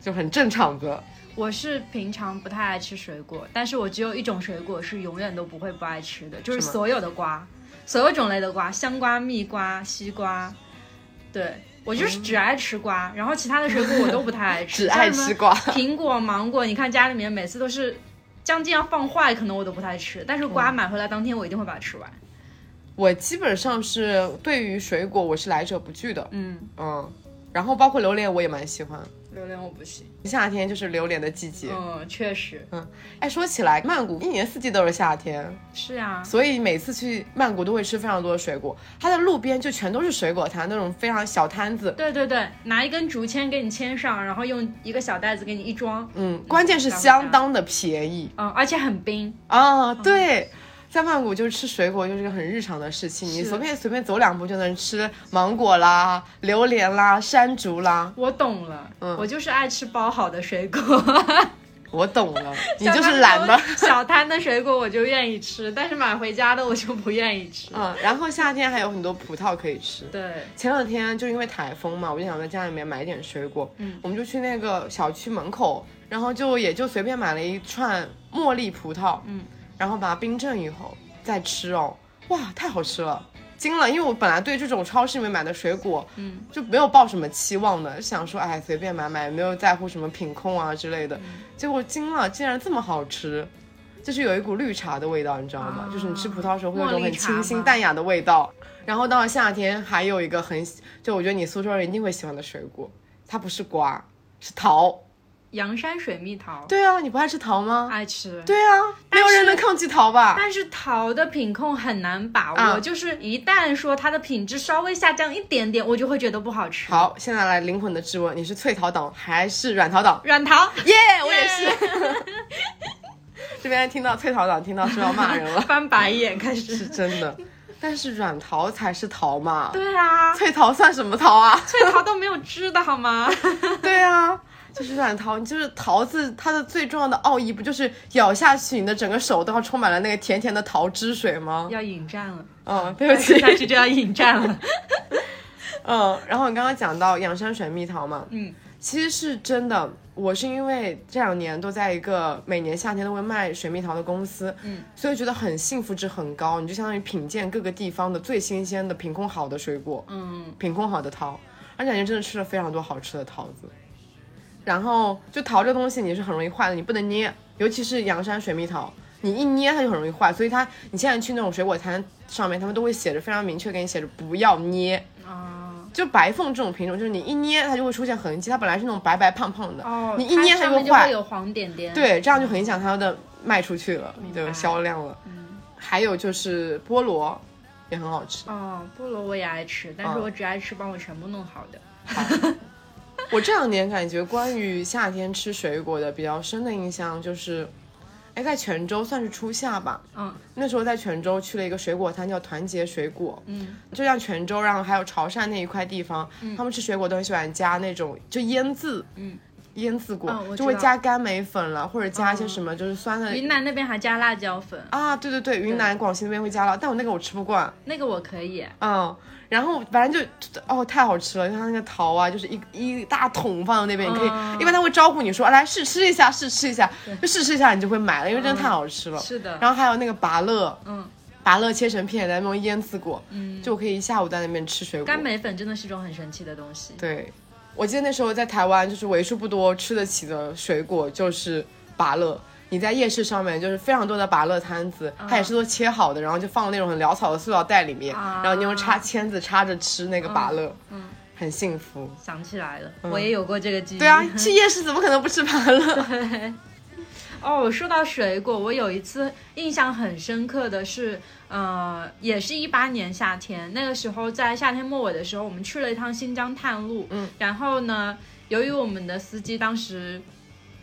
Speaker 3: 就很正常的。
Speaker 2: 我是平常不太爱吃水果，但是我只有一种水果是永远都不会不爱吃的，就是
Speaker 3: 什么
Speaker 2: 所有的瓜，所有种类的瓜，香瓜、蜜瓜、西瓜，对。我就是只爱吃瓜，然后其他的水果我都不太爱吃，
Speaker 3: 嗯 *laughs* 只爱
Speaker 2: 像什
Speaker 3: 吃
Speaker 2: 么
Speaker 3: 瓜，
Speaker 2: 苹果、芒果，你看家里面每次都是将近要放坏，可能我都不太吃，但是瓜买回来当天我一定会把它吃完。
Speaker 3: 我基本上是对于水果我是来者不拒的，
Speaker 2: 嗯，
Speaker 3: 嗯，然后包括榴莲我也蛮喜欢，
Speaker 2: 榴莲我不行。
Speaker 3: 夏天就是榴莲的季节，
Speaker 2: 嗯，确实
Speaker 3: 哎，说起来，曼谷一年四季都是夏天，
Speaker 2: 是啊。
Speaker 3: 所以每次去曼谷都会吃非常多的水果。它的路边就全都是水果摊，那种非常小摊子。
Speaker 2: 对对对，拿一根竹签给你牵上，然后用一个小袋子给你一装，
Speaker 3: 嗯，关键是相当的便宜
Speaker 2: 嗯，而且很冰，
Speaker 3: 啊！对，在曼谷就是吃水果就是个很日常的事情，你
Speaker 2: 是
Speaker 3: 随便随便走两步就能吃芒果啦、榴莲啦、山竹啦。
Speaker 2: 我懂了，
Speaker 3: 嗯
Speaker 2: 我就是爱吃包好的水果，
Speaker 3: 我懂了， *laughs* 你
Speaker 2: 小
Speaker 3: 就
Speaker 2: 摊
Speaker 3: 是懒
Speaker 2: *laughs* 头
Speaker 3: 吧。
Speaker 2: 小摊的水果我就愿意吃，但是买回家的我就不愿意吃。
Speaker 3: 嗯，然后夏天还有很多葡萄可以吃。
Speaker 2: 对，
Speaker 3: 前两天就因为台风嘛，我就想在家里面买点水果，
Speaker 2: 嗯
Speaker 3: 我们就去那个小区门口，然后就也就随便买了一串茉莉葡萄，
Speaker 2: 嗯，
Speaker 3: 然后把它冰镇以后再吃哦，哇，太好吃了，惊了！因为我本来对这种超市里面买的水果，
Speaker 2: 嗯，
Speaker 3: 就没有抱什么期望的，想说哎随便买买，也没有在乎什么品控啊
Speaker 2: 嗯
Speaker 3: 之类的，结果惊了，竟然这么好吃。就是有一股绿茶的味道，你知道吗？
Speaker 2: 啊
Speaker 3: 就是你吃葡萄的时候会有一
Speaker 2: 茉
Speaker 3: 种
Speaker 2: 莉
Speaker 3: 很
Speaker 2: 茶
Speaker 3: 清新
Speaker 2: 吗
Speaker 3: 淡雅的味道。然后到了夏天，还有一个很喜，就我觉得你苏州人一定会喜欢的水果，它不是瓜，是桃。
Speaker 2: 阳山水蜜桃
Speaker 3: 对啊，你不爱吃桃吗？
Speaker 2: 爱吃，
Speaker 3: 对啊，没有
Speaker 2: 但是
Speaker 3: 人能抗拒桃吧？
Speaker 2: 但是桃的品控很难把握，
Speaker 3: 啊
Speaker 2: 就是一旦说它的品质稍微下降一点点，我就会觉得不好吃。，
Speaker 3: 好，现在来灵魂的质问，你是脆桃党还是软桃党？
Speaker 2: 软桃，，
Speaker 3: 耶、我也是。 *laughs* 这边听到脆桃党，听到是要骂人了 *laughs*
Speaker 2: 翻白眼开始。
Speaker 3: 是真的。但是软桃才是桃嘛，
Speaker 2: 对啊，
Speaker 3: 脆桃算什么桃啊？ *laughs*
Speaker 2: 脆桃都没有汁的好吗？
Speaker 3: 对啊，就是软桃，就是桃子，它的最重要的奥义不就是咬下去，你的整个手都要充满了那个甜甜的桃汁水吗？
Speaker 2: 要引战了，
Speaker 3: 嗯，对不起
Speaker 2: 下，去就要引战
Speaker 3: *laughs*
Speaker 2: 了。
Speaker 3: 嗯。然后你刚刚讲到养山水蜜桃嘛，
Speaker 2: 嗯，
Speaker 3: 其实是真的，我是因为这两年都在一个每年夏天都会卖水蜜桃的公司，
Speaker 2: 嗯，
Speaker 3: 所以觉得很幸福值很高，你就相当于品鉴各个地方的最新鲜的品控好的水果，
Speaker 2: 嗯，
Speaker 3: 品控好的桃，而且感觉真的吃了非常多好吃的桃子。然后就桃这东西你是很容易坏的，你不能捏，尤其是阳山水蜜桃，你一捏它就很容易坏，所以它你现在去那种水果摊上面，他们都会写着非常明确给你写着不要捏，
Speaker 2: 啊、
Speaker 3: 就白凤这种品种，就是你一捏它就会出现痕迹，它本来是那种白白胖胖的，
Speaker 2: 哦，
Speaker 3: 你一捏
Speaker 2: 它
Speaker 3: 它
Speaker 2: 上面就
Speaker 3: 坏
Speaker 2: 会，有黄点点。，
Speaker 3: 对，这样就很影响它的卖出去了
Speaker 2: 明，白
Speaker 3: 的销量了。
Speaker 2: 嗯，
Speaker 3: 还有就是菠萝也很好吃，
Speaker 2: 哦，菠萝我也爱吃，但是
Speaker 3: 哦
Speaker 2: 我只爱吃帮我全部弄好的。 *laughs*
Speaker 3: 我这两年感觉关于夏天吃水果的比较深的印象就是，哎，在泉州算是初夏吧。
Speaker 2: 嗯
Speaker 3: 那时候在泉州去了一个水果摊，叫团结水果，
Speaker 2: 嗯，
Speaker 3: 就像泉州，然后还有潮汕那一块地方，他们吃水果都很喜欢加那种就腌渍，
Speaker 2: 嗯，
Speaker 3: 腌制过，
Speaker 2: 嗯我知
Speaker 3: 就会
Speaker 2: 道
Speaker 3: 加甘梅粉了，或者加一些
Speaker 2: 嗯
Speaker 3: 什么就是酸的。
Speaker 2: 云南那边还加辣椒粉，
Speaker 3: 啊，对对对，云南、广西那边会加辣，但我那个我吃不惯，
Speaker 2: 那个我可以。
Speaker 3: 嗯，然后反正就哦太好吃了，像那个桃啊，就是一一大桶放在那边，你可以，
Speaker 2: 嗯
Speaker 3: 因为他会招呼你说、啊来试吃一下，试吃一下，就试吃一下你就会买了，因为真的太好吃了。
Speaker 2: 嗯是的，
Speaker 3: 然后还有那个芭乐，
Speaker 2: 嗯，
Speaker 3: 芭乐切成片，在那边腌制过，
Speaker 2: 嗯
Speaker 3: 就可以一下午在那边吃水果。
Speaker 2: 甘梅粉真的是一种很神奇的东西。
Speaker 3: 对，我记得那时候在台湾，就是为数不多吃得起的水果就是芭乐。你在夜市上面就是非常多的芭乐摊子，它也是都切好的，然后就放那种很潦草的塑料袋里面，
Speaker 2: 啊
Speaker 3: 然后你用插签子插着吃那个芭乐，嗯，很幸福。
Speaker 2: 想起来了，我也有过这个记忆。
Speaker 3: 嗯
Speaker 2: *laughs*
Speaker 3: 对 *laughs* 啊，去夜市怎么可能不吃芭乐？ *laughs*
Speaker 2: 哦，说到水果，我有一次印象很深刻的是，呃，也是一八年夏天，那个时候在夏天末尾的时候，我们去了一趟新疆探路，
Speaker 3: 嗯，
Speaker 2: 然后呢，由于我们的司机当时。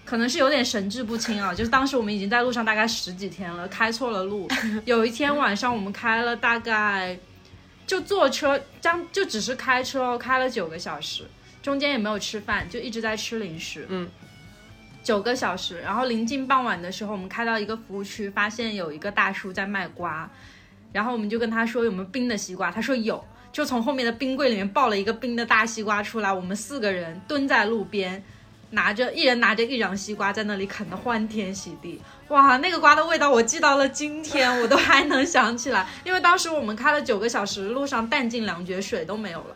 Speaker 2: 可能是有点神志不清啊，就是当时我们已经在路上大概十几天了，开错了路。有一天晚上，我们开了大概就坐车，将就只是开车哦，开了九个小时，中间也没有吃饭，就一直在吃零食。九个小时，然后临近傍晚的时候，我们开到一个服务区，发现有一个大叔在卖瓜，然后我们就跟他说有没有冰的西瓜，他说有，就从后面的冰柜里面抱了一个冰的大西瓜出来，我们四个人蹲在路边，拿着一人拿着一瓤西瓜在那里啃得欢天喜地，哇，那个瓜的味道我记到了今天，我都还能想起来，因为当时我们开了九个小时，路上弹尽粮绝，水都没有了。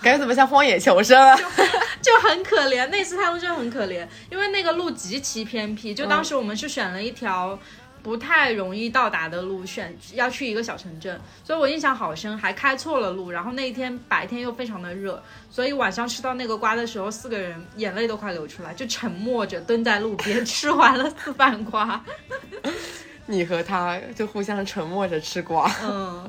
Speaker 3: 感觉怎么像荒野求生啊？ *laughs*
Speaker 2: 就很可怜，那次探路真的很可怜，因为那个路极其偏僻，就当时我们是选了一条不太容易到达的路，选要去一个小城镇，所以我印象好深，还开错了路。然后那一天白天又非常的热，所以晚上吃到那个瓜的时候，四个人眼泪都快流出来，就沉默着蹲在路边吃完了四瓣瓜。
Speaker 3: 你和他就互相沉默着吃瓜。
Speaker 2: 嗯，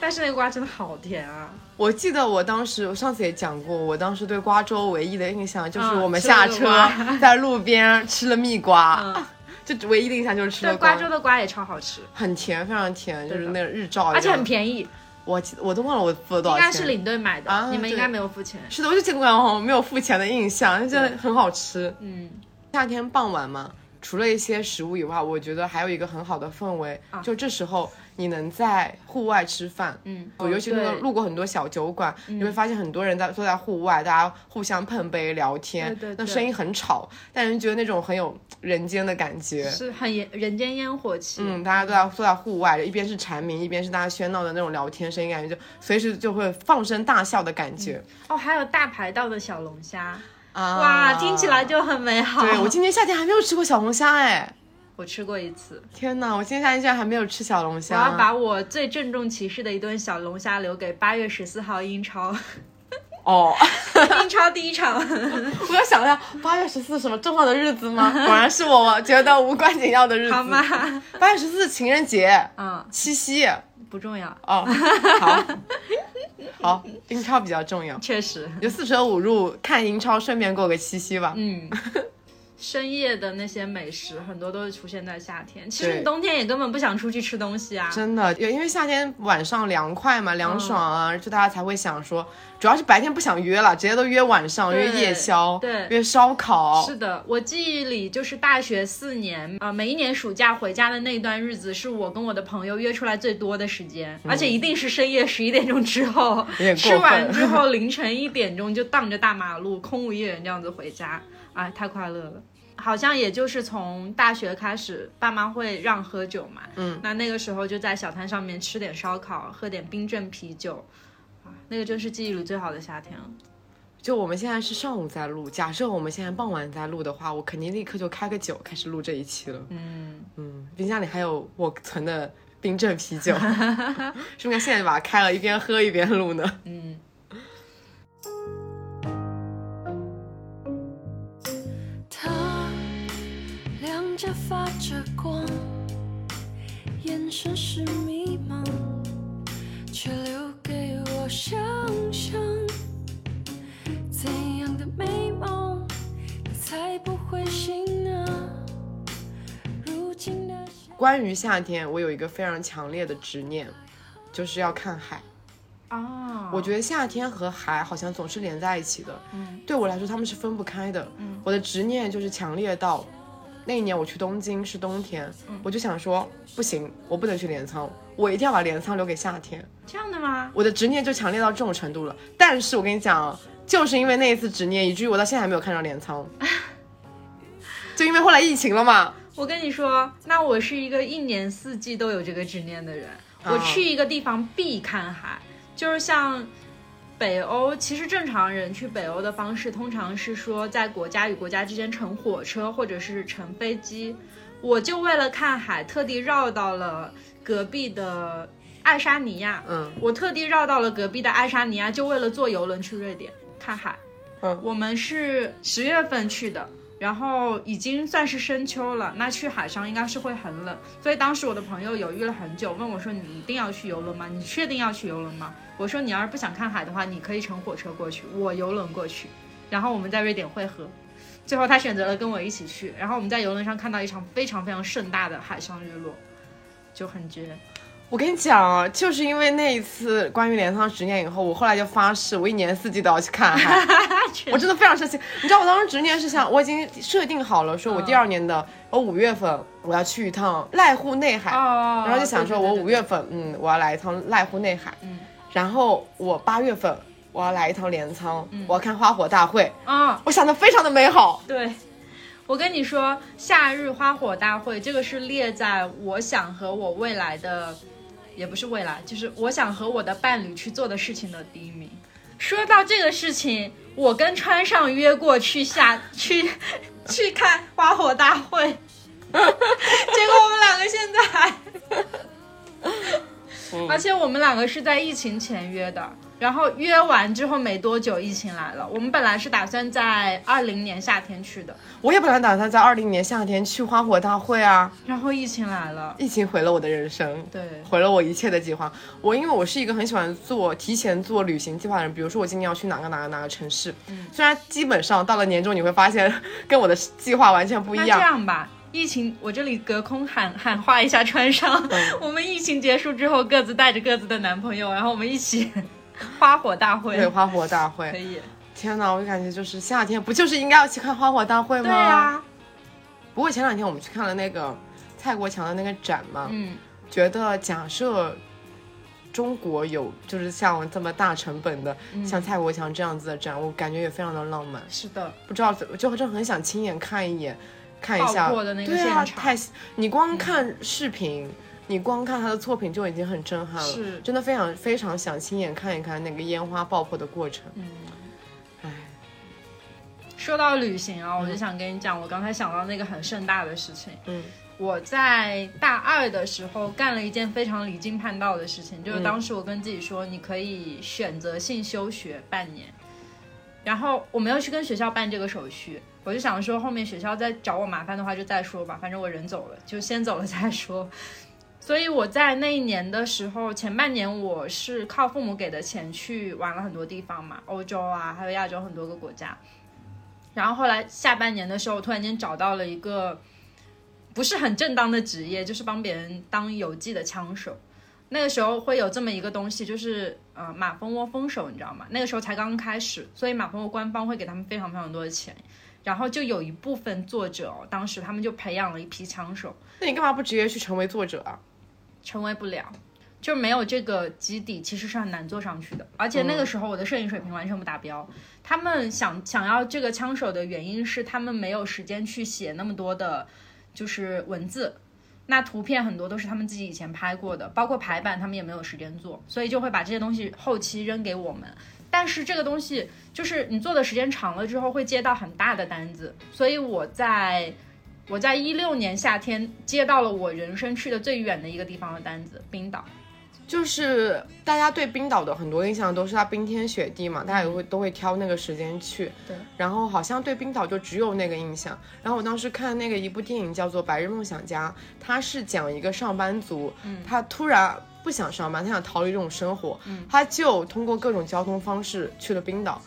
Speaker 2: 但是那个瓜真的好甜啊！
Speaker 3: 我记得我当时，我上次也讲过，我当时对瓜州唯一的印象就是
Speaker 2: 嗯
Speaker 3: 我们
Speaker 2: 吃了
Speaker 3: 下
Speaker 2: 个
Speaker 3: 车
Speaker 2: 瓜
Speaker 3: *laughs* 在路边吃了蜜瓜，
Speaker 2: *laughs* 嗯，
Speaker 3: *laughs* 就唯一的印象就是吃
Speaker 2: 对，
Speaker 3: 了
Speaker 2: 瓜州的瓜也超好吃，
Speaker 3: 很甜，非常甜，就
Speaker 2: 对
Speaker 3: 是
Speaker 2: 的
Speaker 3: 那日照，
Speaker 2: 而且很。便宜，
Speaker 3: 我记我都忘了我付了多
Speaker 2: 应
Speaker 3: 少钱，
Speaker 2: 该是领队买的，
Speaker 3: 啊
Speaker 2: 你们应
Speaker 3: 对
Speaker 2: 该没有付钱。
Speaker 3: 是的，我就记得我好像没有付钱的印象，就觉得
Speaker 2: 对
Speaker 3: 很好吃。
Speaker 2: 嗯。
Speaker 3: 夏天傍晚嘛，除了一些食物以外，我觉得还有一个很好的氛围，
Speaker 2: 啊
Speaker 3: 就这时候你能在户外吃饭。
Speaker 2: 嗯，
Speaker 3: 我尤其那个
Speaker 2: 对嗯
Speaker 3: 路过很多小酒馆，你会发现很多人在坐在户外，大家互相碰杯聊天，
Speaker 2: 对对
Speaker 3: 那
Speaker 2: 对
Speaker 3: 声音很吵，但是觉得那种很有人间的感觉。
Speaker 2: 是很人人间烟火气。
Speaker 3: 嗯，大家都在坐在户外，一边是蝉鸣，一边是大家喧闹的那种聊天声音，感觉就随时就会放声大笑的感觉、
Speaker 2: 哦，还有大排档的小龙虾，嗯
Speaker 3: 啊！
Speaker 2: 哇，听起来就很美好。
Speaker 3: 对我今年夏天还没有吃过小龙虾哎！
Speaker 2: *laughs* 我吃过一次，
Speaker 3: 天哪，我今年夏天居然还没有吃小龙
Speaker 2: 我要把
Speaker 3: 虾！
Speaker 2: 我最郑重其事的一顿小龙虾留给八月十四号英
Speaker 3: *laughs*
Speaker 2: 超，
Speaker 3: 哦， *laughs*
Speaker 2: 英超第一场。
Speaker 3: 我要想一下，八月十四什么重要的日子
Speaker 2: *laughs*
Speaker 3: 吗？果然是我觉得无关紧要的日子。
Speaker 2: 好吗？
Speaker 3: 八月十四情人节，
Speaker 2: 嗯，
Speaker 3: 七夕
Speaker 2: 不重要，
Speaker 3: 哦，好，好，英超比较重要，
Speaker 2: 确实。
Speaker 3: 就四舍五入看英超，顺便过个七夕吧。
Speaker 2: 嗯，
Speaker 3: *laughs*
Speaker 2: 深夜的那些美食很多都是出现在夏天，其实
Speaker 3: 对
Speaker 2: 你冬天也根本不想出去吃东西啊。
Speaker 3: 真的，因为夏天晚上凉快嘛，
Speaker 2: 嗯
Speaker 3: 凉爽啊，就大家才会想说，主要是白天不想约了，直接都约晚上，
Speaker 2: 对
Speaker 3: 约夜宵，
Speaker 2: 对
Speaker 3: 约烧烤，
Speaker 2: 是的，我记忆里就是大学四年啊、呃每一年暑假回家的那段日子，是我跟我的朋友约出来最多的时间，而且一定是深夜十一点钟之后
Speaker 3: 嗯 *laughs* 有点，过
Speaker 2: 吃
Speaker 3: 分
Speaker 2: 完之后凌晨一点钟就荡着大马路，空无一人这样子回家，哎，太快乐了。好像也就是从大学开始，爸妈会让喝酒嘛，嗯，那那个时候就在小摊上面吃点烧烤，喝点冰镇啤酒，啊，那个真是记忆里最好的夏天了。
Speaker 3: 就我们现在是上午在录，假设我们现在傍晚在录的话，我肯定立刻就开个酒开始录这一期了。
Speaker 2: 嗯，
Speaker 3: 嗯，冰箱里还有我存的冰镇啤酒，是不是现在就把它开了，一边喝一边录呢？
Speaker 4: 他两颊发着光，眼神是迷茫，却留给我想象。怎样的美梦，你才不会醒呢？如今的夏
Speaker 3: 关于夏天，我有一个非常强烈的执念，就是要看海。
Speaker 2: 啊，
Speaker 3: 我觉得夏天和海好像总是连在一起的，
Speaker 2: 嗯
Speaker 3: 对我来说他们是分不开的。
Speaker 2: 嗯
Speaker 3: 我的执念就是强烈到，那一年我去东京是冬天，
Speaker 2: 嗯
Speaker 3: 我就想说不行，我不能去镰仓，我一定要把镰仓留给夏天。
Speaker 2: 这样的吗？
Speaker 3: 我的执念就强烈到这种程度了。但是我跟你讲啊，就是因为那一次执念，以至于我到现在还没有看到
Speaker 2: *laughs*
Speaker 3: 镰仓。就因为后来疫情了嘛，
Speaker 2: 我跟你说，那我是一个一年四季都有这个执念的人。我
Speaker 3: 啊
Speaker 2: 去一个地方必看海，就是像北欧，其实正常人去北欧的方式，通常是说在国家与国家之间乘火车或者是乘飞机。我就为了看海，特地绕到了隔壁的爱沙尼亚。
Speaker 3: 嗯，
Speaker 2: 我特地绕到了隔壁的爱沙尼亚，就为了坐游轮去瑞典看海。
Speaker 3: 嗯
Speaker 2: 我们是十月份去的，然后已经算是深秋了，那去海上应该是会很冷，所以当时我的朋友犹豫了很久，问我说：“你一定要去游轮吗？你确定要去游轮吗？”我说：“你要是不想看海的话，你可以乘火车过去，我游轮过去，然后我们在瑞典会合。”最后，他选择了跟我一起去，然后我们在游轮上看到一场非常非常盛大的海上日落，就很绝。
Speaker 3: 我跟你讲啊，就是因为那一次关于镰仓执念以后，我后来就发誓，我一年四季都要去看
Speaker 2: *laughs*
Speaker 3: 海。我真的非常生气，你知道我当时执念是想，我已经设定好了，
Speaker 2: 嗯
Speaker 3: 说我第二年的我五月份我要去一趟濑户内海，
Speaker 2: 哦
Speaker 3: 然后就想说，我五
Speaker 2: 月
Speaker 3: 月份，嗯，我要来一趟濑户内海，
Speaker 2: 嗯
Speaker 3: 然后我八月份我要来一趟镰仓，
Speaker 2: 嗯
Speaker 3: 我要看花火大会，
Speaker 2: 啊、
Speaker 3: 我想的非常的美好，
Speaker 2: 对，我跟你说，夏日花火大会这个是列在我想和我未来的，也不是未来，就是我想和我的伴侣去做的事情的第一名。说到这个事情，我跟川上约过去下去 *laughs* 去看花火大会， *laughs* 结果我们两个现在还而且我们两个是在疫情前约的，然后约完之后没多久疫情来了。我们本来是打算在二零年夏天去的，
Speaker 3: 我也本来打算在二零年夏天去花火大会啊，
Speaker 2: 然后疫情来了。
Speaker 3: 疫情毁了我的人生。
Speaker 2: 对，
Speaker 3: 毁了我一切的计划。我因为我是一个很喜欢做提前做旅行计划的人，比如说我今年要去哪个哪个哪个城市，
Speaker 2: 嗯
Speaker 3: 虽然基本上到了年终你会发现跟我的计划完全不
Speaker 2: 那
Speaker 3: 一
Speaker 2: 这 *laughs*
Speaker 3: 样。
Speaker 2: 样吧，疫情我这里隔空喊喊话一下川上，
Speaker 3: 嗯
Speaker 2: *laughs* 我们疫情结束之后各自带着各自的男朋友，然后我们一起 *laughs* 花火大会
Speaker 3: 对。花火大
Speaker 2: 可
Speaker 3: 会，
Speaker 2: 以，
Speaker 3: 天哪！我就感觉就是夏天不就是应该要去看花火大会吗？
Speaker 2: 对啊，
Speaker 3: 不过前两天我们去看了那个蔡国强的那个展嘛，
Speaker 2: 嗯，
Speaker 3: 觉得假设中国有就是像这么大成本的，
Speaker 2: 嗯
Speaker 3: 像蔡国强这样子的展，我感觉也非常的浪漫。
Speaker 2: 是的，
Speaker 3: 不知道怎，就真的很想亲眼看一眼，看一下
Speaker 2: 爆破的那个
Speaker 3: 对啊，
Speaker 2: 现场嗯
Speaker 3: 太你光看视频，你光看他的作品就已经很震撼了，
Speaker 2: 是
Speaker 3: 真的非常非常想亲眼看一看那个烟花爆破的过程。
Speaker 2: 嗯说到旅行啊，我就想跟你讲，我刚才想到那个很盛大的事情。
Speaker 3: 嗯，
Speaker 2: 我在大二的时候干了一件非常离经叛道的事情，就是当时我跟自己说，你可以选择性休学半年，然后我没有去跟学校办这个手续，我就想说后面学校再找我麻烦的话就再说吧，反正我人走了，就先走了再说。所以我在那一年的时候，前半年我是靠父母给的钱去玩了很多地方嘛，欧洲啊，还有亚洲很多个国家。然后后来下半年的时候，我突然间找到了一个不是很正当的职业，就是帮别人当邮寄的枪手。那个时候会有这么一个东西，就是呃马蜂窝封手，你知道吗？那个时候才刚刚开始，所以马蜂窝官方会给他们非常非常多的钱。然后就有一部分作者哦，当时他们就培养了一批枪手，
Speaker 3: 那你干嘛不直接去成为作者啊？
Speaker 2: 成为不了，就没有这个基底，其实是很难做上去的。而且那个时候我的摄影水平完全不达标。他们想想要这个枪手的原因是他们没有时间去写那么多的，就是文字。那图片很多都是他们自己以前拍过的，包括排版他们也没有时间做，所以就会把这些东西后期扔给我们。但是这个东西就是你做的时间长了之后会接到很大的单子，所以我在我在一六年夏天接到了我人生去的最远的一个地方的单子，冰岛。
Speaker 3: 就是大家对冰岛的很多印象都是它冰天雪地嘛，大家也
Speaker 2: 嗯
Speaker 3: 会都会挑那个时间去。
Speaker 2: 对。
Speaker 3: 然后好像对冰岛就只有那个印象。然后我当时看那个一部电影叫做《白日梦想家》，他是讲一个上班族，他突然不想上班，他想逃离这种生活，他就通过各种交通方式去了冰嗯岛。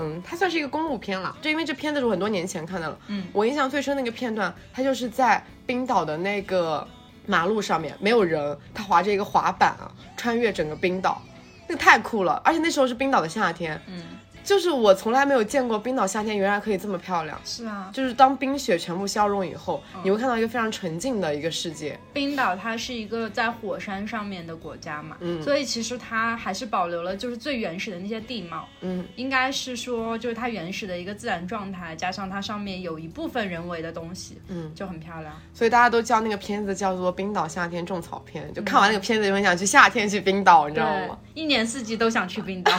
Speaker 3: 嗯它算是一个公路片了，就因为这片子是我很多年前看的了。嗯，我印象最深的一个片段，他就是在冰岛的那个马路上面没有人，他划着一个滑板啊，穿越整个冰岛。那个太酷了，而且那时候是冰岛的夏天，嗯，就是我从来没有见过冰岛夏天原来可以这么漂亮。
Speaker 2: 是啊，
Speaker 3: 就是当冰雪全部消融以后，
Speaker 2: 嗯
Speaker 3: 你会看到一个非常纯净的一个世界。
Speaker 2: 冰岛它是一个在火山上面的国家嘛，所以其实它还是保留了就是最原始的那些地貌，
Speaker 3: 嗯，
Speaker 2: 应该是说就是它原始的一个自然状态，加上它上面有一部分人为的东西，嗯，就很漂亮。
Speaker 3: 所以大家都叫那个片子叫做《冰岛夏天种草篇》，就看完那
Speaker 2: 嗯
Speaker 3: 个片子就很想去夏天去冰岛，你知道
Speaker 2: 对
Speaker 3: 吗？，
Speaker 2: 一年四季都想去 *laughs* 冰岛，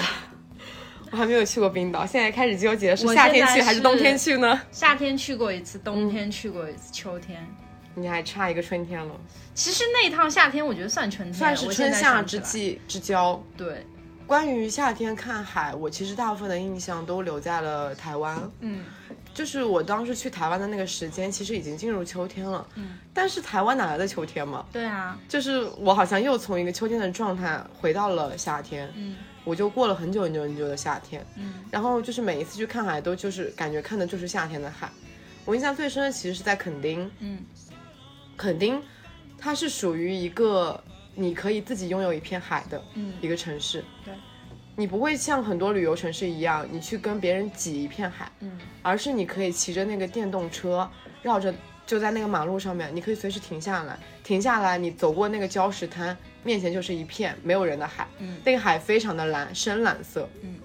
Speaker 3: 我还没有去过冰岛，现在开始纠结是
Speaker 2: 我
Speaker 3: 夏天
Speaker 2: 现在
Speaker 3: 去还是
Speaker 2: 是
Speaker 3: 冬天去呢？
Speaker 2: 夏天去过一次，冬天去过一次，秋天。
Speaker 3: 你还差一个春天了，
Speaker 2: 其实那一趟夏天，我觉得算春天，
Speaker 3: 算是
Speaker 2: 我现
Speaker 3: 春
Speaker 2: 在
Speaker 3: 夏
Speaker 2: 想起
Speaker 3: 之
Speaker 2: 来。
Speaker 3: 际之交。
Speaker 2: 对，
Speaker 3: 关于夏天看海，我其实大部分的印象都留在了台湾。
Speaker 2: 嗯，
Speaker 3: 就是我当时去台湾的那个时间，其实已经进入秋天了。嗯，但是台湾哪来的秋天嘛？
Speaker 2: 对啊，
Speaker 3: 就是我好像又从一个秋天的状态回到了夏天。
Speaker 2: 嗯，
Speaker 3: 我就过了很久很久很久的夏天。
Speaker 2: 嗯，
Speaker 3: 然后就是每一次去看海，都就是感觉看的就是夏天的海。我印象最深的其实是在垦丁。
Speaker 2: 嗯，
Speaker 3: 垦丁它是属于一个你可以自己拥有一片海的
Speaker 2: 嗯
Speaker 3: 一个城市。
Speaker 2: 对。
Speaker 3: 你不会像很多旅游城市一样，你去跟别人挤一片海，
Speaker 2: 嗯，
Speaker 3: 而是你可以骑着那个电动车，绕着就在那个马路上面，你可以随时停下来，停下来，你走过那个礁石滩，面前就是一片没有人的海，
Speaker 2: 嗯，
Speaker 3: 那个海非常的蓝，深蓝色，
Speaker 2: 嗯，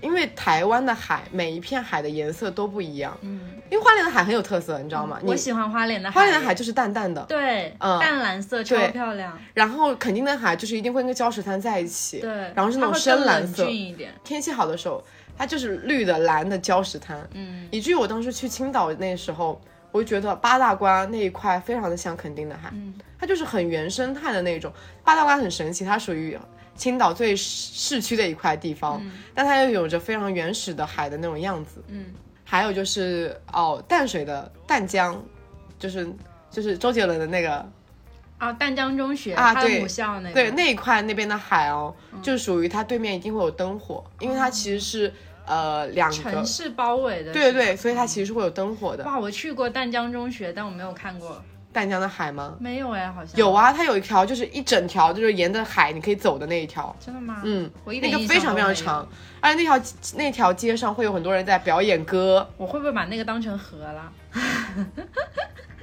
Speaker 3: 因为台湾的海每一片海的颜色都不一样，
Speaker 2: 嗯，
Speaker 3: 因为花莲的海很有特色，你知道吗？
Speaker 2: 我
Speaker 3: 你
Speaker 2: 喜欢花莲的海，
Speaker 3: 花莲的海就是淡淡的，
Speaker 2: 对，
Speaker 3: 嗯
Speaker 2: 淡蓝色
Speaker 3: 对
Speaker 2: 超漂亮，
Speaker 3: 然后垦丁的海就是一定会跟礁石滩在一起，
Speaker 2: 对，
Speaker 3: 然后是那
Speaker 2: 它
Speaker 3: 种
Speaker 2: 会
Speaker 3: 深
Speaker 2: 更
Speaker 3: 蓝
Speaker 2: 冷
Speaker 3: 色
Speaker 2: 峻，一点，
Speaker 3: 天气好的时候，它就是绿的、蓝的礁石滩，
Speaker 2: 嗯，
Speaker 3: 以至于我当时去青岛那时候，我就觉得八大关那一块非常的像垦丁的海，
Speaker 2: 嗯
Speaker 3: 它就是很原生态的那种。八大关很神奇，它属于青岛最市市区的一块地方，但它又有着非常原始的海的那种样子。
Speaker 2: 嗯，
Speaker 3: 还有就是哦，淡水的淡江，就是就是周杰伦的那个
Speaker 2: 啊，淡江中学，
Speaker 3: 啊
Speaker 2: 它的
Speaker 3: 对
Speaker 2: 母校那个，嗯
Speaker 3: 对，那一块那边的海哦，就属于它对面一定会有灯火，因为它其实是呃两个
Speaker 2: 城，市包围的，
Speaker 3: 对对对，所以它其实是会有灯火的。
Speaker 2: 哇，我去过淡江中学，但我没有看过，
Speaker 3: 淡江的海吗？
Speaker 2: 没有哎，好像
Speaker 3: 有，啊，它有一条就是一整条就是沿着海你可以走的那一条，
Speaker 2: 真的吗？
Speaker 3: 嗯，
Speaker 2: 我一
Speaker 3: 那
Speaker 2: 点
Speaker 3: 个
Speaker 2: 印
Speaker 3: 非
Speaker 2: 象
Speaker 3: 常
Speaker 2: 都
Speaker 3: 非常
Speaker 2: 没有
Speaker 3: 长，而且那条那条街上会有很多人在表演歌，
Speaker 2: 我会不会把那个当成河了？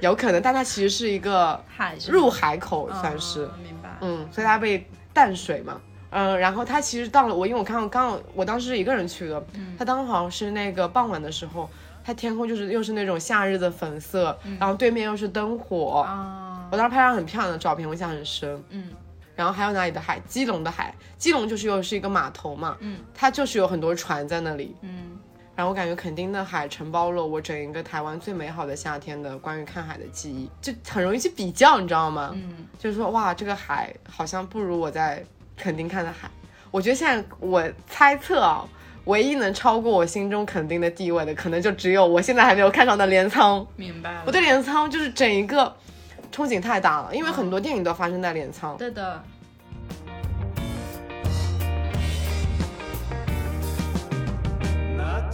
Speaker 3: 有可能，但它其实是一个
Speaker 2: 海是吗
Speaker 3: 入海口算是，
Speaker 2: 嗯明白，
Speaker 3: 嗯，所以它被淡水嘛。嗯，然后它其实到了我，因为我看我刚好我当时是一个人去的，
Speaker 2: 嗯
Speaker 3: 它当时好像是那个傍晚的时候，它天空就是又是那种夏日的粉色，
Speaker 2: 嗯
Speaker 3: 然后对面又是灯火，
Speaker 2: 啊，
Speaker 3: 我当时拍张很漂亮的照片，我印象很深。
Speaker 2: 嗯，
Speaker 3: 然后还有哪里的海？基隆的海，基隆就是又是一个码头嘛，
Speaker 2: 嗯，
Speaker 3: 它就是有很多船在那里，
Speaker 2: 嗯，
Speaker 3: 然后我感觉垦丁的海承包了我整一个台湾最美好的夏天的关于看海的记忆，就很容易去比较，你知道吗？
Speaker 2: 嗯，
Speaker 3: 就是说哇，这个海好像不如我在垦丁看的海。我觉得现在我猜测啊，唯一能超过我心中垦丁的地位的，可能就只有我现在还没有看上的镰仓。
Speaker 2: 明白了，
Speaker 3: 我对镰仓就是整一个憧憬太大了，因为很多电影都发生在镰仓。
Speaker 2: 对的，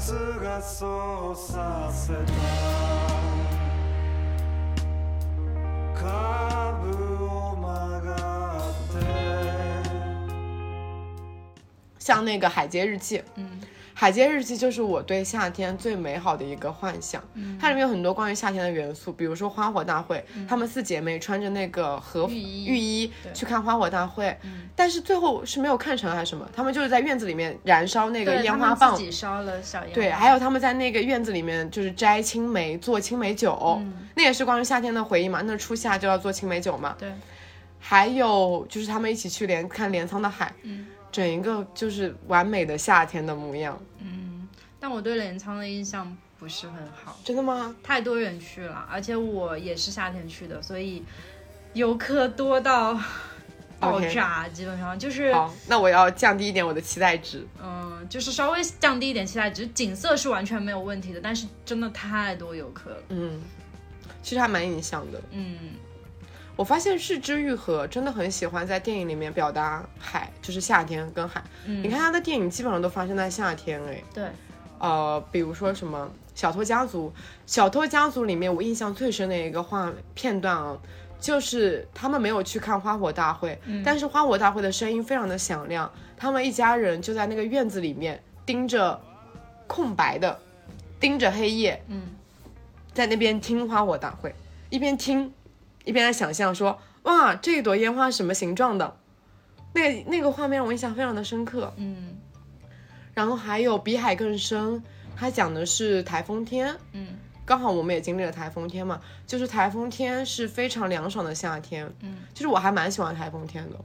Speaker 1: 夏がそうさせたカーブを曲がって
Speaker 3: 像那个海街日记，
Speaker 2: 嗯
Speaker 3: 海街日记就是我对夏天最美好的一个幻想。
Speaker 2: 嗯
Speaker 3: 它里面有很多关于夏天的元素，比如说花火大会，她们四姐妹穿着那个和服
Speaker 2: 浴衣
Speaker 3: 浴衣
Speaker 2: 对
Speaker 3: 去看花火大会
Speaker 2: 嗯，
Speaker 3: 但是最后是没有看成还是什么，她们就是在院子里面燃烧那个
Speaker 2: 对，
Speaker 3: 烟
Speaker 2: 他
Speaker 3: 花
Speaker 2: 们
Speaker 3: 棒
Speaker 2: 自。己烧了小烟花，
Speaker 3: 对，还有他们在那个院子里面就是摘青梅做青梅酒，
Speaker 2: 嗯
Speaker 3: 那也是关于夏天的回忆嘛。那初夏就要做青梅酒嘛。
Speaker 2: 对，
Speaker 3: 还有就是他们一起去镰看镰仓的海，
Speaker 2: 嗯
Speaker 3: 整一个就是完美的夏天的模样。
Speaker 2: 嗯，但我对镰仓的印象不是很好，
Speaker 3: 真的吗？
Speaker 2: 太多人去了，而且我也是夏天去的，所以游客多
Speaker 3: *laughs*
Speaker 2: 到爆
Speaker 3: OK
Speaker 2: 炸基本上就是
Speaker 3: 好，那我要降低一点我的期待值。
Speaker 2: 嗯，就是稍微降低一点期待值，景色是完全没有问题的，但是真的太多游客了，
Speaker 3: 嗯，其实还蛮影响的。
Speaker 2: 嗯
Speaker 3: 我发现是之愈合真的很喜欢在电影里面表达海，就是夏天跟海。
Speaker 2: 嗯，
Speaker 3: 你看他的电影基本上都发生在夏天，哎，
Speaker 2: 对，
Speaker 3: 呃，比如说什么《小偷家族》，《小偷家族》里面我印象最深的一个画片段啊，就是他们没有去看花火大会，但是花火大会的声音非常的响亮，他们一家人就在那个院子里面盯着空白的，盯着黑夜，
Speaker 2: 嗯，
Speaker 3: 在那边听花火大会，一边听，一边在想象说，哇，这一朵烟花什么形状的？那个那个画面让我印象非常的深刻。
Speaker 2: 嗯
Speaker 3: 然后还有比海更深，它讲的是台风天，
Speaker 2: 嗯
Speaker 3: 刚好我们也经历了台风天嘛，就是台风天是非常凉爽的夏天，
Speaker 2: 嗯，
Speaker 3: 就是我还蛮喜欢台风天的，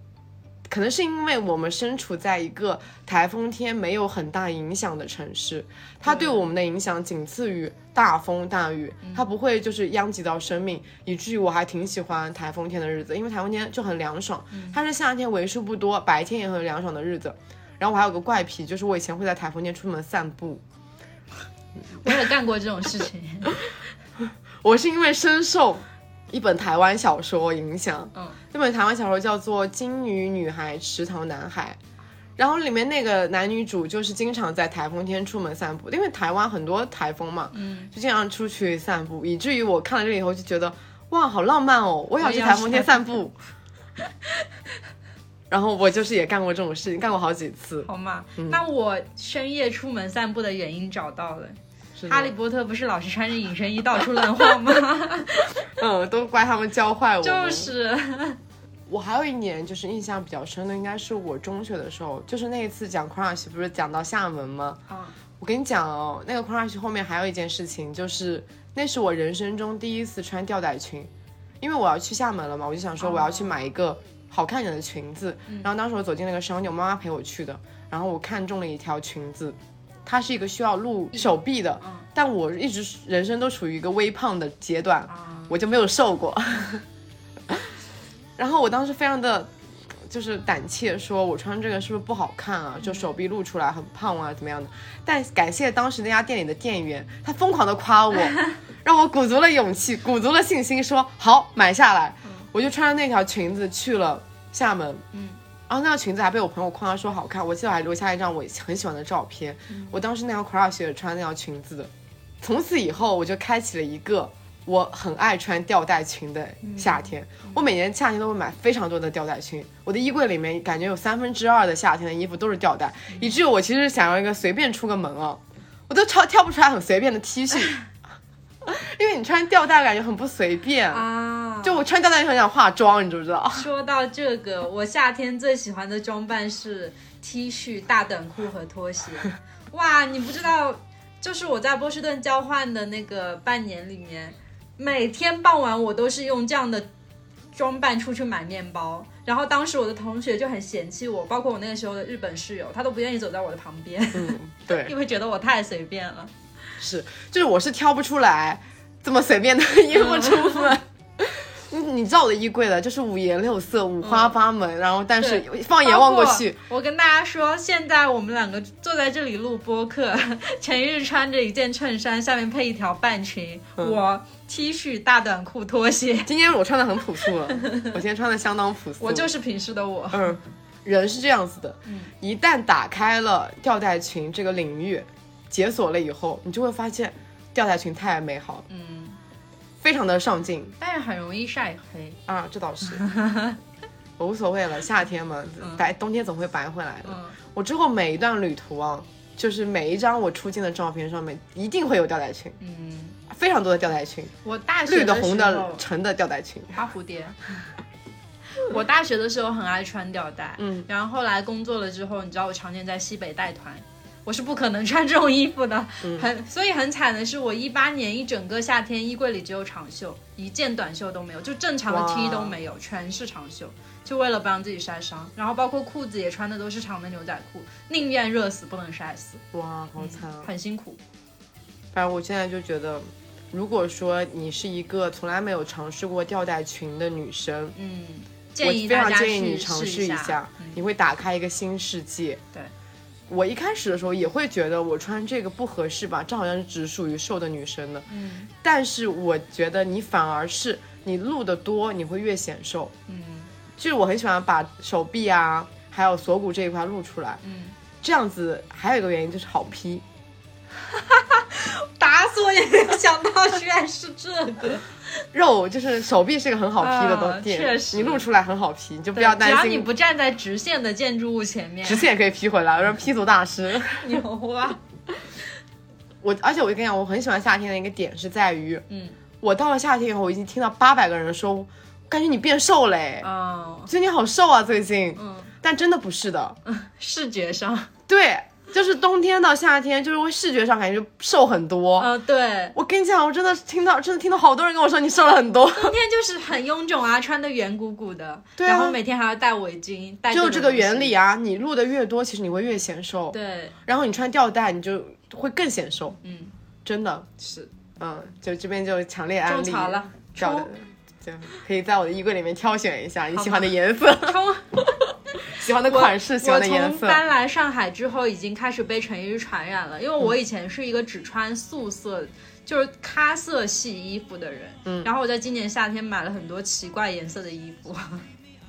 Speaker 3: 可能是因为我们身处在一个台风天没有很大影响的城市，它对我们的影响仅次于大风大雨，
Speaker 2: 嗯
Speaker 3: 它不会就是殃及到生命，以至于我还挺喜欢台风天的日子，因为台风天就很凉爽，
Speaker 2: 嗯
Speaker 3: 它是夏天为数不多白天也很凉爽的日子。然后我还有个怪癖，就是我以前会在台风天出门散步，
Speaker 2: 我也干过这种事情。 *laughs*
Speaker 3: 我是因为深受一本台湾小说影响，
Speaker 2: 嗯，
Speaker 3: 那本台湾小说叫做《金鱼女孩池塘男孩》，然后里面那个男女主就是经常在台风天出门散步，因为台湾很多台风嘛，
Speaker 2: 嗯，
Speaker 3: 就经常出去散步，以至于我看了这个以后就觉得哇，好浪漫哦，我也要
Speaker 2: 我也
Speaker 3: 去
Speaker 2: 要
Speaker 3: 台风天
Speaker 2: 去
Speaker 3: 散步。 *laughs* 然后我就是也干过这种事情，干过好几次。
Speaker 2: 好嘛，
Speaker 3: 嗯
Speaker 2: 那我深夜出门散步的原因找到了。
Speaker 3: 是的
Speaker 2: 哈利波特不是老是穿着紧身衣到处乱晃吗？ *laughs*
Speaker 3: 嗯，都怪他们教坏我们。
Speaker 2: 就是，
Speaker 3: 我还有一年就是印象比较深的，应该是我中学的时候，就是那一次讲 crush 不是讲到厦门吗？
Speaker 2: 啊，
Speaker 3: 我跟你讲哦，那个 crush 后面还有一件事情，就是那是我人生中第一次穿吊带裙，因为我要去厦门了嘛，我就想说我要去买一个好看一点的裙子。然后当时我走进那个商店，我妈妈陪我去的，然后我看中了一条裙子，它是一个需要露手臂的，但我一直人生都处于一个微胖的阶段，
Speaker 2: 嗯啊
Speaker 3: 我就没有瘦过。 *laughs* 然后我当时非常的就是胆怯，说我穿这个是不是不好看啊？就手臂露出来很胖啊，怎么样的？但感谢当时那家店里的店员，他疯狂的夸我，让我鼓足了勇气，鼓足了信心，说好买下来。我就穿着那条裙子去了厦门，嗯，然后那条裙子还被我朋友夸说好看，我记得我还留下一张我很喜欢的照片。我当时那条 crush 也穿那条裙子的，从此以后我就开启了一个我很爱穿吊带裙的夏天。我每年夏天都会买非常多的吊带裙，我的衣柜里面感觉有三分之二的夏天的衣服都是吊带，以至于我其实想要一个随便出个门啊，我都挑挑不出来很随便的 T 恤，因为你穿吊带感觉很不随便。
Speaker 2: 啊，
Speaker 3: 就我穿吊带就很想化妆，你知不知道？ *laughs*
Speaker 2: 说到这个，我夏天最喜欢的装扮是 T 恤、大短裤和拖鞋。哇，你不知道，就是我在波士顿交换的那个半年里面，每天傍晚我都是用这样的装扮出去买面包。然后当时我的同学就很嫌弃我，包括我那个时候的日本室友，他都不愿意走在我的旁边， *laughs*
Speaker 3: 嗯，对
Speaker 2: 因，为觉得我太随便了。
Speaker 3: 是，就是我是挑不出来这么随便的 *laughs* 衣服出门。
Speaker 2: 嗯
Speaker 3: 你 *laughs* 你知道我的衣柜的，就是五颜六色、五花八门，然后但是放眼望过
Speaker 2: 嗯
Speaker 3: 去，
Speaker 2: 包括我跟大家说，现在我们两个坐在这里录播客，陈日穿着一件衬衫，下面配一条半裙，
Speaker 3: 嗯
Speaker 2: 我 T 恤、大短裤、拖鞋，
Speaker 3: 今天我穿的很朴素了，我今天穿的相当朴素。
Speaker 2: 我就是嗯平时的我。
Speaker 3: 嗯，人是这样子的，一旦打开了吊带裙这个领域，解锁了以后，你就会发现吊带裙太美好了，
Speaker 2: 嗯，
Speaker 3: 非常的上镜
Speaker 2: 但是很容易晒黑。
Speaker 3: 啊，这
Speaker 2: *laughs*
Speaker 3: 倒是。我无所谓了，夏天嘛，白冬天总会白回来的。
Speaker 2: 嗯，
Speaker 3: 我之后每一段旅途啊，就是每一张我出镜的照片上面一定会有吊带裙，
Speaker 2: 嗯，
Speaker 3: 非常多的吊带裙，
Speaker 2: 我大学
Speaker 3: 绿的、
Speaker 2: 时
Speaker 3: 红
Speaker 2: 候
Speaker 3: 的、橙的吊带裙。
Speaker 2: 花蝴蝶。我大学的时候很爱穿吊带，
Speaker 3: 嗯，
Speaker 2: 然后后来工作了之后，你知道我常年在西北带团，我是不可能穿这种衣服的，
Speaker 3: 嗯
Speaker 2: 很所以很惨的是，我一八年一整个夏天衣柜里只有长袖，一件短袖都没有，就正常的
Speaker 3: 哇
Speaker 2: T 都没有，全是长袖，就为了不让自己晒伤，然后包括裤子也穿的都是长的牛仔裤，宁愿热死不能晒死，
Speaker 3: 哇，好惨啊！
Speaker 2: 很辛苦。
Speaker 3: 嗯反正我现在就觉得，如果说你是一个从来没有尝试过吊带裙的女生，
Speaker 2: 嗯，
Speaker 3: 我
Speaker 2: 建议
Speaker 3: 非
Speaker 2: 大
Speaker 3: 常
Speaker 2: 家
Speaker 3: 建议你
Speaker 2: 去
Speaker 3: 尝
Speaker 2: 试嗯
Speaker 3: 试一下，你会打开一个新世界。
Speaker 2: 对。
Speaker 3: 我一开始的时候也会觉得我穿这个不合适吧，这好像是只属于瘦的女生的。
Speaker 2: 嗯
Speaker 3: 但是我觉得你反而是你露的多，你会越显瘦。
Speaker 2: 嗯
Speaker 3: 就是我很喜欢把手臂啊，还有锁骨这一块露出来，
Speaker 2: 嗯，
Speaker 3: 这样子还有一个原因就是好 P，
Speaker 2: 打死我也没有想到，居然是这个。
Speaker 3: 肉就是手臂是个很好劈的
Speaker 2: 啊
Speaker 3: 东西，
Speaker 2: 确实
Speaker 3: 你露出来很好劈，你就不
Speaker 2: 对
Speaker 3: 要
Speaker 2: 只要
Speaker 3: 担
Speaker 2: 你
Speaker 3: 心
Speaker 2: 不站在直线的建筑物前面
Speaker 3: 直，线可以劈回
Speaker 2: 嗯
Speaker 3: 来，我说劈足大师。
Speaker 2: *laughs* 牛啊！
Speaker 3: 我而且我跟你讲，我很喜欢夏天的一个点是在于，
Speaker 2: 嗯
Speaker 3: 我到了夏天以后，我已经听到八百个人说，感觉你变瘦嘞，
Speaker 2: 嗯
Speaker 3: 觉得你好瘦啊最近，
Speaker 2: 嗯，
Speaker 3: 但真的不是的，
Speaker 2: 视觉上，
Speaker 3: *laughs* 对，就是冬天到夏天，就是会视觉上感觉瘦很多。
Speaker 2: 呃，对，
Speaker 3: 我跟你讲，我真的听到，真的听到好多人跟我说你瘦了很多，
Speaker 2: 冬天就是很臃肿啊，穿的圆鼓鼓的，
Speaker 3: 对啊
Speaker 2: 然后每天还要戴围巾，戴
Speaker 3: *laughs* 就这个原理
Speaker 2: 啊。
Speaker 3: 啊。你录的越多，其实你会越显瘦，
Speaker 2: 对，
Speaker 3: 然后你穿吊带，你就会更显瘦，
Speaker 2: 嗯，
Speaker 3: 真的，
Speaker 2: 是
Speaker 3: 嗯，就这边就强烈安
Speaker 2: 种
Speaker 3: 利，
Speaker 2: 草了，
Speaker 3: 找的
Speaker 2: 冲。
Speaker 3: 对，可以在我的衣柜里面挑选一下你
Speaker 2: 哦好
Speaker 3: 喜欢的
Speaker 2: 吧
Speaker 3: 颜色、 *laughs*
Speaker 2: 冲！
Speaker 3: 喜欢的款式、喜
Speaker 2: 我
Speaker 3: 欢的颜
Speaker 2: 从
Speaker 3: 色。
Speaker 2: 搬来上海之后，已经开始被陈一传染了，因为我以前是一个只穿素色，就是咖色系衣服的人。嗯，然后我在今年夏天买了很多奇怪颜色的衣服。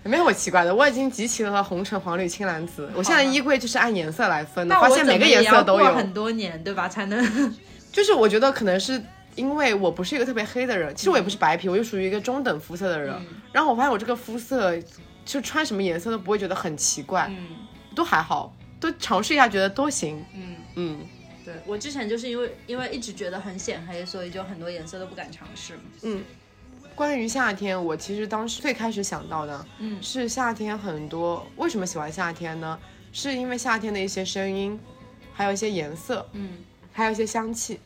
Speaker 3: 没有我奇怪的，我已经集齐了红橙黄绿青蓝紫，我现在衣柜就是按颜色来分的，
Speaker 2: 那
Speaker 3: 发
Speaker 2: 我
Speaker 3: 现
Speaker 2: 怎么
Speaker 3: 每个
Speaker 2: 也
Speaker 3: 颜
Speaker 2: 要
Speaker 3: 色都
Speaker 2: 过
Speaker 3: 有。
Speaker 2: 很多年，对吧？才能
Speaker 3: 就是我觉得可能是因为我不是一个特别黑的人，
Speaker 2: 嗯
Speaker 3: 其实我也不是白皮，我就属于一个中等肤色的人。然后我发现我这个肤色，就穿什么颜色都不会觉得很奇怪，
Speaker 2: 嗯
Speaker 3: 都还好，都尝试一下觉得都行。
Speaker 2: 嗯。
Speaker 3: 嗯
Speaker 2: 对我之前就是因为因为一直觉得很显黑，所以就很多颜色都不敢尝试嘛。
Speaker 3: 嗯。关于夏天，我其实当时最开始想到的，
Speaker 2: 嗯
Speaker 3: 是夏天很多为什么喜欢夏天呢？是因为夏天的一些声音，还有一些颜色，
Speaker 2: 嗯，
Speaker 3: 还有一些香气。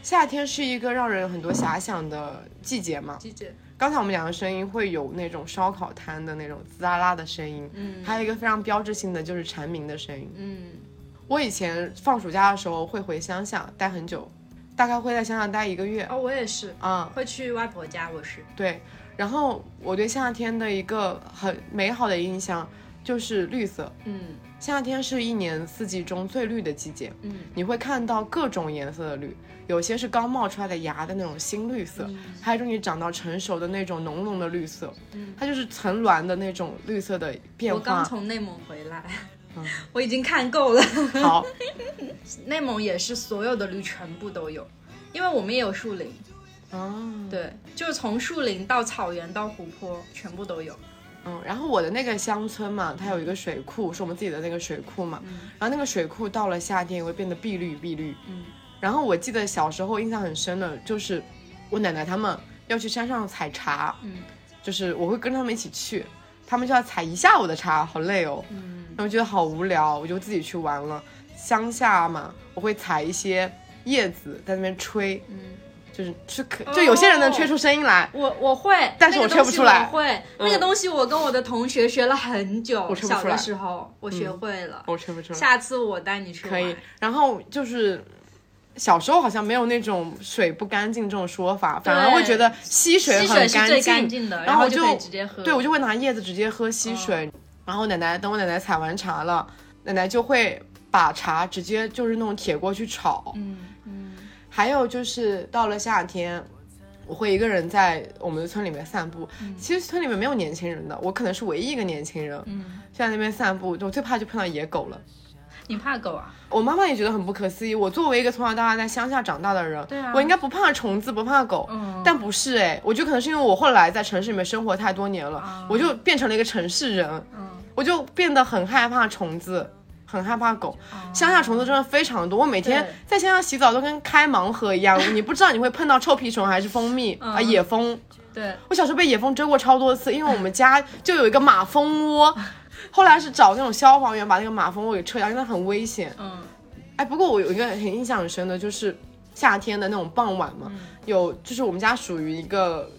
Speaker 3: 夏天是一个让人很多遐想的季节嘛，
Speaker 2: 季节，
Speaker 3: 刚才我们讲的声音会有那种烧烤摊的那种滋啦啦的声音，
Speaker 2: 嗯
Speaker 3: 还有一个非常标志性的就是蝉鸣的声音。
Speaker 2: 嗯
Speaker 3: 我以前放暑假的时候会回乡下待很久，大概会在乡下待一个月
Speaker 2: 哦，我也是
Speaker 3: 啊、
Speaker 2: 会去外婆家，我是
Speaker 3: 对。然后我对夏天的一个很美好的印象就是绿色，
Speaker 2: 嗯
Speaker 3: 夏天是一年四季中最绿的季节，
Speaker 2: 嗯
Speaker 3: 你会看到各种颜色的绿，有些是刚冒出来的芽的那种新绿色，还有就是你长到成熟的那种浓浓的绿色，
Speaker 2: 嗯
Speaker 3: 它就是层峦的那种绿色的变
Speaker 2: 我刚
Speaker 3: 化。
Speaker 2: 从内蒙回来，
Speaker 3: 嗯
Speaker 2: *laughs* 我已经看够了。 *laughs*
Speaker 3: 好，
Speaker 2: 内蒙也是所有的驴全部都有，因为我们也有树林，
Speaker 3: 啊，
Speaker 2: 对，就是从树林到草原到湖泊，全部都有。
Speaker 3: 嗯，然后我的那个乡村嘛，它有一个水库，是我们自己的那个水库嘛，然后那个水库到了夏天也会变得碧绿碧绿。
Speaker 2: 嗯，
Speaker 3: 然后我记得小时候印象很深的就是我奶奶他们要去山上采茶，
Speaker 2: 嗯，
Speaker 3: 就是我会跟他们一起去，他们就要采一下午的茶，好累哦，
Speaker 2: 嗯，
Speaker 3: 然后觉得好无聊，我就自己去玩了。乡下嘛，我会采一些叶子在那边吹，
Speaker 2: 嗯，
Speaker 3: 就是吹可，就有些人能吹出声音来，
Speaker 2: 我我会，
Speaker 3: 但是
Speaker 2: 那
Speaker 3: 我
Speaker 2: 个
Speaker 3: 吹不
Speaker 2: 东西
Speaker 3: 出来嗯
Speaker 2: 我会那个东西，我跟我的同学学了很久，
Speaker 3: 我吹不
Speaker 2: 小
Speaker 3: 出来嗯
Speaker 2: 的时候我学会了。
Speaker 3: 我吹不出来。
Speaker 2: 下次我带你去
Speaker 3: 可
Speaker 2: 玩。
Speaker 3: 以。然后就是小时候好像没有那种水不干净这种说法，反而会觉得溪水
Speaker 2: 溪
Speaker 3: 很
Speaker 2: 水是最
Speaker 3: 净。
Speaker 2: 干净的，嗯
Speaker 3: 然后
Speaker 2: 后
Speaker 3: 就
Speaker 2: 可以直接喝。
Speaker 3: 对，我就会拿叶子直接喝溪水。然后奶奶等我奶奶采完茶了，奶奶就会把茶直接就是那种铁锅去炒。
Speaker 2: 嗯嗯
Speaker 3: 还有就是到了夏天。我会一个人在我们的村里面散步，其实村里面没有年轻人的，我可能是唯一一个年轻人，
Speaker 2: 嗯，
Speaker 3: 就在那边散步。我最怕就碰到野狗了，
Speaker 2: 你怕狗啊？
Speaker 3: 我妈妈也觉得很不可思议。我作为一个从小到大在乡下长大的人，
Speaker 2: 对啊
Speaker 3: 我应该不怕虫子，不怕狗。
Speaker 2: 嗯
Speaker 3: 但不是哎，我觉得可能是因为我后来在城市里面生活太多年了，我就变成了一个城市人，
Speaker 2: 啊嗯，
Speaker 3: 我就变得很害怕虫子，很害怕狗。乡下虫子真的非常多，我每天
Speaker 2: 啊对
Speaker 3: 在乡下洗澡都跟开盲盒一样，你不知道你会碰到臭屁虫还是蜂蜜啊、野蜂。
Speaker 2: 嗯对，
Speaker 3: 我小时候被野蜂追过超多次，因为我们家就有一个马蜂窝，后来是找那种消防员把那个马蜂窝给撤掉，因为它很危险。
Speaker 2: 嗯
Speaker 3: 哎，不过我有一个很印象很深的，就是夏天的那种傍晚嘛，有就是我们家属于一个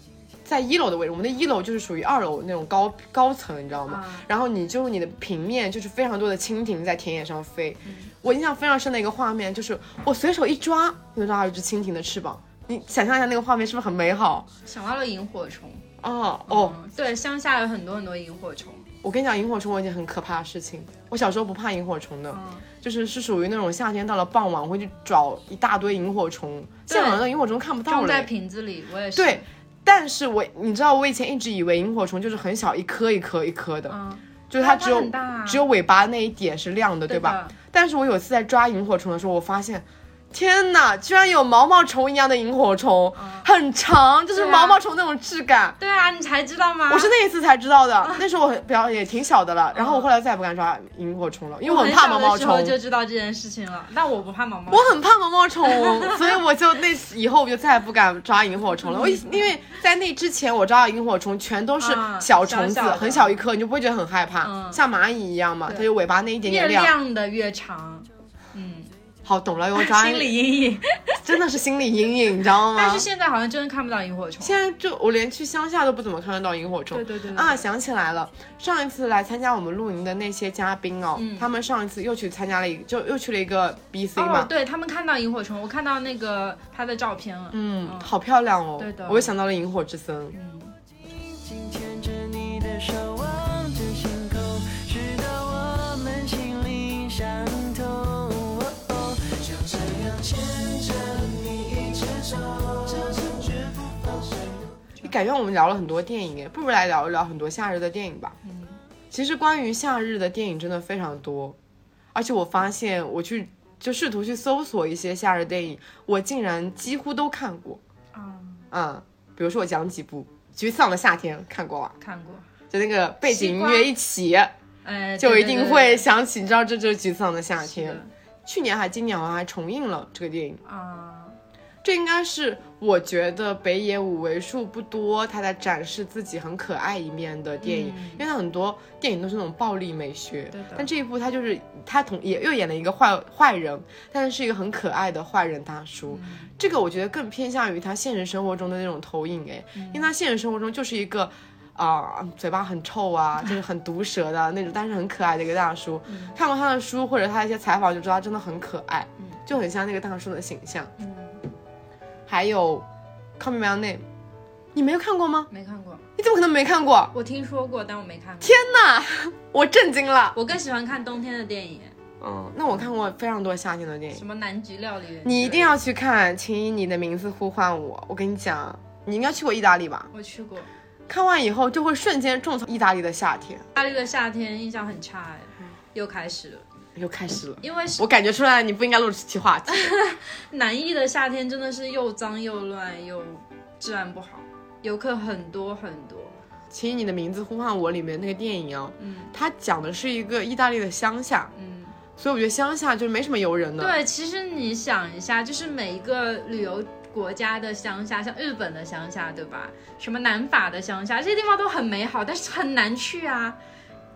Speaker 3: 在一楼的位置，我们的一楼就是属于二楼那种高高层，你知道吗？
Speaker 2: 啊
Speaker 3: 然后你就你的平面就是非常多的蜻蜓在田野上飞，我印象非常深的一个画面就是我随手一抓，就抓到一只蜻蜓的翅膀。你想象一下那个画面是不是很美好？
Speaker 2: 想到了萤火虫。
Speaker 3: 哦哦，
Speaker 2: 嗯，对，乡下有很多很多萤火虫。
Speaker 3: 我跟你讲，萤火虫我一件很可怕的事情。我小时候不怕萤火虫的，
Speaker 2: 嗯
Speaker 3: 就是是属于那种夏天到了傍晚我会去找一大堆萤火虫，
Speaker 2: 对
Speaker 3: 现在好像萤火虫看不到
Speaker 2: 种在
Speaker 3: 了。
Speaker 2: 瓶子里，我也是。
Speaker 3: 对，，但是我你知道我以前一直以为萤火虫就是很小一颗一颗一颗的，
Speaker 2: 嗯，
Speaker 3: 就是它
Speaker 2: 它
Speaker 3: 只有
Speaker 2: 很大啊
Speaker 3: 只有尾巴那一点是亮的，
Speaker 2: 对
Speaker 3: 吧？
Speaker 2: 的？
Speaker 3: 但是我有一次在抓萤火虫的时候，我发现天哪，居然有毛毛虫一样的萤火虫，很长，就是
Speaker 2: 嗯对啊
Speaker 3: 毛毛虫那种质感。
Speaker 2: 对啊，你才知道吗？
Speaker 3: 我是那一次才知道的，那时候我很比较也挺小的了，然后我后来再也不敢抓萤火虫了，因为
Speaker 2: 我
Speaker 3: 很怕毛
Speaker 2: 很小
Speaker 3: 毛
Speaker 2: 的
Speaker 3: 虫
Speaker 2: 时候。就知道这件事情了，但我不怕毛毛
Speaker 3: 我
Speaker 2: 虫。
Speaker 3: 很怕毛毛虫，所以我就那以后我就再也不敢抓萤火虫了。我以因为在那之前我抓的萤火虫全都是
Speaker 2: 嗯
Speaker 3: 小虫子，
Speaker 2: 小小的
Speaker 3: 很小一颗，你就不会觉得很害怕，
Speaker 2: 嗯
Speaker 3: 像蚂蚁一样嘛，
Speaker 2: 对
Speaker 3: 它就尾巴那一点
Speaker 2: 越
Speaker 3: 点亮。
Speaker 2: 亮的越长，嗯，
Speaker 3: 好，懂了，我抓
Speaker 2: 心理阴影。
Speaker 3: 真的是心理阴影，你知道吗？
Speaker 2: 但是现在好像真的看不到萤火虫。
Speaker 3: 现在就我连去乡下都不怎么看得到萤火虫。
Speaker 2: 对对对对
Speaker 3: 啊，想起来了，上一次来参加我们露营的那些嘉宾哦，
Speaker 2: 嗯
Speaker 3: 他们上一次又去参加了一，就又去了一个 BC 嘛。
Speaker 2: 哦，对他们看到萤火虫，我看到那个拍的照片了。
Speaker 3: 嗯，
Speaker 2: 嗯
Speaker 3: 好漂亮哦！
Speaker 2: 对的
Speaker 3: 我又想到了萤火之森。
Speaker 2: 嗯
Speaker 1: 紧牵着你的手，望着星空，直到我们心灵相通。哦哦就这样牵着你一直走，走成绝不放手。
Speaker 3: 你感觉我们聊了很多电影耶，不如来聊一聊很多夏日的电影吧。
Speaker 2: 嗯
Speaker 3: 其实关于夏日的电影真的非常多，而且我发现我去就试图去搜索一些夏日电影，我竟然几乎都看过。
Speaker 2: 啊，
Speaker 3: 嗯，比如说我讲几部，《沮丧的夏天》看过吧？啊
Speaker 2: 看过，
Speaker 3: 就那个背景音乐一起，
Speaker 2: 哎，
Speaker 3: *laughs* 就
Speaker 2: 对
Speaker 3: 一
Speaker 2: 对
Speaker 3: 定
Speaker 2: 对
Speaker 3: 会
Speaker 2: 对
Speaker 3: 想起，你知道这就是《沮丧的夏
Speaker 2: 是
Speaker 3: 天
Speaker 2: 的》。
Speaker 3: 去年还今年好像还重映了这个电影，
Speaker 2: 啊，
Speaker 3: 这应该是我觉得北野武为数不多他在展示自己很可爱一面的电影，
Speaker 2: 嗯
Speaker 3: 因为他很多电影都是那种暴力美学
Speaker 2: 对的，
Speaker 3: 但这一部他就是他同也又演了一个坏坏人，但是是一个很可爱的坏人大叔，
Speaker 2: 嗯
Speaker 3: 这个我觉得更偏向于他现实生活中的那种投影，哎，
Speaker 2: 嗯
Speaker 3: 因为他现实生活中就是一个。啊、嘴巴很臭啊，就是很毒舌的那种，但是很可爱的一个大叔。
Speaker 2: 嗯
Speaker 3: 看过他的书或者他的一些采访，就知道他真的很可爱，就很像那个大叔的形象。还有《Call Me by Your Name》，你没有看过吗？
Speaker 2: 没看过，
Speaker 3: 你怎么可能没看过？
Speaker 2: 我听说过，但我没看过。
Speaker 3: 天哪，我震惊了。
Speaker 2: 我更喜欢看冬天的电影，
Speaker 3: 嗯，那我看过非常多夏天的电影
Speaker 2: 什，么南极料理人。
Speaker 3: 你一定。要去看《请以你的名字呼唤我》。我跟你讲，你应该去过意大利吧？
Speaker 2: 我去过，
Speaker 3: 看完以后就会瞬间种草意大利的夏天，
Speaker 2: 意大利的夏天印象很差哎，又开始了，
Speaker 3: 又开始了。
Speaker 2: 因为是
Speaker 3: 我感觉出来你不应该录这期话题。
Speaker 2: 南艺的夏天真的是又脏又乱又治安不好，游客很多很多。
Speaker 3: 请以你的名字呼唤我里面那个电影啊，
Speaker 2: 嗯
Speaker 3: 它讲的是一个意大利的乡下，
Speaker 2: 嗯，
Speaker 3: 所以我觉得乡下就没什么游人的。
Speaker 2: 对，其实你想一下，就是每一个旅游国家的乡下，像日本的乡下，对吧？什么南法的乡下，这些地方都很美好，但是很难去啊。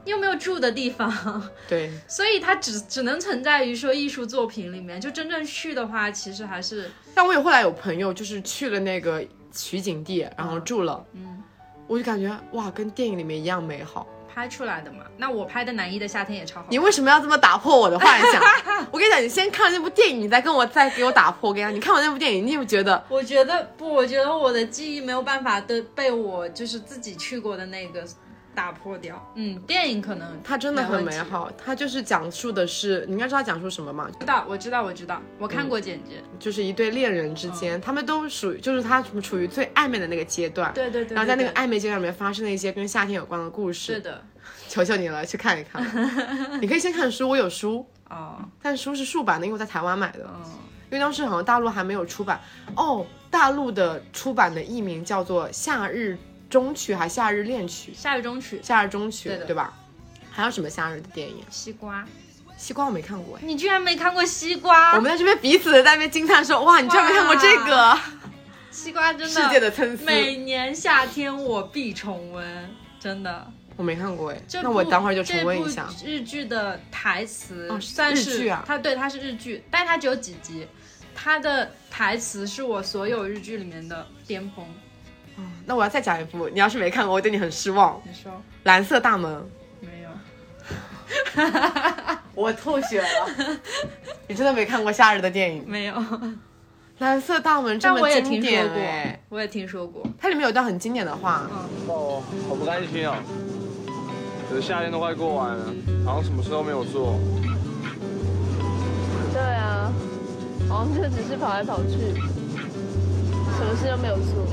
Speaker 2: 又没有住的地方， *laughs*
Speaker 3: 对，
Speaker 2: 所以它只只能存在于说艺术作品里面。就真正去的话，其实还是
Speaker 3: 但我有后来有朋友就是去了那个取景地，然后住了，
Speaker 2: 嗯
Speaker 3: 我就感觉哇，跟电影里面一样美好。
Speaker 2: 拍出来的嘛。那我拍的《南一的夏天》也超好看。
Speaker 3: 你为什么要这么打破我的幻
Speaker 2: *laughs*
Speaker 3: 想？我跟你讲，你先看了那部电影，你再跟我再给我打破。我跟你讲，你看完那部电影，你会觉得
Speaker 2: 我觉得不，我觉得我的记忆没有办法对被我就是自己去过的那个打破掉。嗯，电影可能
Speaker 3: 它真的
Speaker 2: 没
Speaker 3: 很
Speaker 2: 问题
Speaker 3: 美。好。它就是讲述的是，你应该知道讲述什么嘛？
Speaker 2: 知道，我知道，我知道，我看过简介。
Speaker 3: 就是一对恋人之间，他们都属于，就是他处处于最暧昧的那个阶段。
Speaker 2: 嗯对对对
Speaker 3: 然后在那个
Speaker 2: 对对
Speaker 3: 暧昧阶段里面发生了一些跟夏天有关的故
Speaker 2: 是
Speaker 3: 事，
Speaker 2: 的，
Speaker 3: 求求你了，去看一看。
Speaker 2: *laughs*
Speaker 3: 你可以先看书，我有书，
Speaker 2: 哦，
Speaker 3: 但书是竖版的，因为我在台湾买的。
Speaker 2: 嗯，
Speaker 3: 因为当时好像大陆还没有出版哦，大陆的出版的译名叫做《夏日中曲》还《夏日恋曲》
Speaker 2: 夏日中曲，
Speaker 3: 《夏日中曲》
Speaker 2: 对的
Speaker 3: 吧？还有什么夏日的电影？
Speaker 2: 西瓜，
Speaker 3: 西瓜我没看过哎。
Speaker 2: 你居然没看过西瓜？
Speaker 3: 我们在这边彼此在那边惊叹说：“哇，你居然没看过这个
Speaker 2: 西瓜真的
Speaker 3: 世界的参差！”
Speaker 2: 每年夏天我必重温，真的。
Speaker 3: 我没看过哎，
Speaker 2: 这
Speaker 3: 那我
Speaker 2: 部
Speaker 3: 等会儿就重温一下。
Speaker 2: 这部日剧的台词
Speaker 3: 哦是
Speaker 2: 算
Speaker 3: 日
Speaker 2: 是
Speaker 3: 剧啊
Speaker 2: 它对它是日剧，但它只有几集，它的台词是我所有日剧里面的巅峰。
Speaker 3: 那我要再讲一部，你要是没看过，我对你很失望。《
Speaker 2: 你说
Speaker 3: 蓝色大门》，
Speaker 2: 没有？
Speaker 3: 我吐血了。 *laughs* 你真的没看过夏日的电影？《
Speaker 2: 没有，
Speaker 3: 蓝色大门》
Speaker 2: *laughs*
Speaker 3: 这
Speaker 2: 但
Speaker 3: 么
Speaker 2: 我也
Speaker 3: 经
Speaker 2: 听
Speaker 3: 典
Speaker 2: 说过
Speaker 3: 哎，，
Speaker 2: 我也听说过。
Speaker 3: 它里面有段很经典的话，
Speaker 5: 哦，好不甘心哦！可是夏天都快过完了，好像什么事都没有做。
Speaker 6: 对啊，好像就只是跑来跑去，什么事都没有做。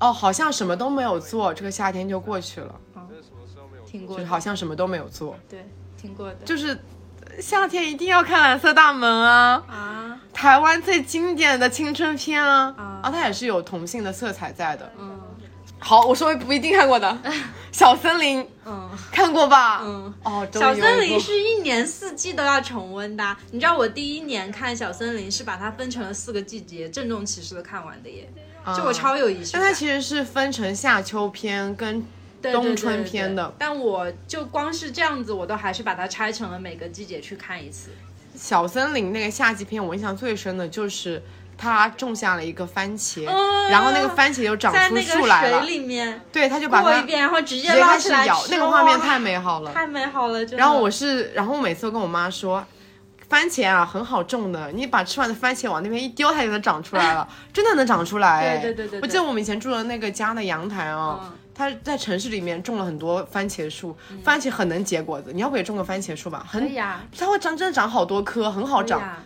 Speaker 3: 哦，好像什么都没有做，这个夏天就过去了，
Speaker 5: 真的什么事都没有做。
Speaker 2: 听
Speaker 3: 就
Speaker 2: 过
Speaker 3: 是
Speaker 2: 的，
Speaker 3: 好像什么都没有做，
Speaker 2: 对，听过的。
Speaker 3: 就是呃夏天一定要看《蓝色大门》啊，
Speaker 2: 啊，
Speaker 3: 台湾最经典的青春片啊，
Speaker 2: 啊
Speaker 3: 啊，它也是有同性的色彩在的。
Speaker 2: 嗯
Speaker 3: 好，我说不一定看
Speaker 2: *laughs*
Speaker 3: 过的，《小森林》
Speaker 2: 嗯。
Speaker 3: 看过吧？
Speaker 2: 嗯，
Speaker 3: 哦，终于
Speaker 2: 小森
Speaker 3: 有一
Speaker 2: 林
Speaker 3: 部
Speaker 2: 是一年四季都要重温的啊。你知道我第一年看小森林是把它分成了四个季节，郑重其事的看完的耶，就我超有仪式
Speaker 3: 啊但
Speaker 2: 感。
Speaker 3: 它其实是分成夏秋篇跟
Speaker 2: 对
Speaker 3: 冬
Speaker 2: 对对
Speaker 3: 春
Speaker 2: 对
Speaker 3: 篇的
Speaker 2: 对但我就光是这样子，我都还是把它拆成了每个季节去看一次。
Speaker 3: 小森林那个夏季篇，我印象最深的就是他种下了一个番茄，
Speaker 2: 嗯
Speaker 3: 然后那个番茄就长
Speaker 2: 在
Speaker 3: 出
Speaker 2: 那
Speaker 3: 树
Speaker 2: 个
Speaker 3: 来
Speaker 2: 水
Speaker 3: 了，
Speaker 2: 里面
Speaker 3: 对，他就把
Speaker 2: 过
Speaker 3: 它
Speaker 2: 一遍，然后直
Speaker 3: 直
Speaker 2: 接
Speaker 3: 接
Speaker 2: 捞
Speaker 3: 开
Speaker 2: 起
Speaker 3: 始
Speaker 2: 来
Speaker 3: 咬，
Speaker 2: 吃
Speaker 3: 那个画面
Speaker 2: 哇
Speaker 3: 太美好了。
Speaker 2: 太美好了。真的
Speaker 3: 然后我是，然后我每次都跟我妈说，番茄啊很好种的，你把吃完的番茄往那边一丢，它就能长出
Speaker 2: *laughs*
Speaker 3: 来了，真的能长出来。哎
Speaker 2: 对对对对对
Speaker 3: 我记得我们以前住的那个家的阳台哦，
Speaker 2: 嗯
Speaker 3: 它在城市里面种了很多番茄树，番茄很能结果子。你要不也种个番茄树吧？
Speaker 2: 可
Speaker 3: 很
Speaker 2: 以。啊，
Speaker 3: 它会长，真的长好多棵，很好
Speaker 2: 可以
Speaker 3: 长，
Speaker 2: 啊，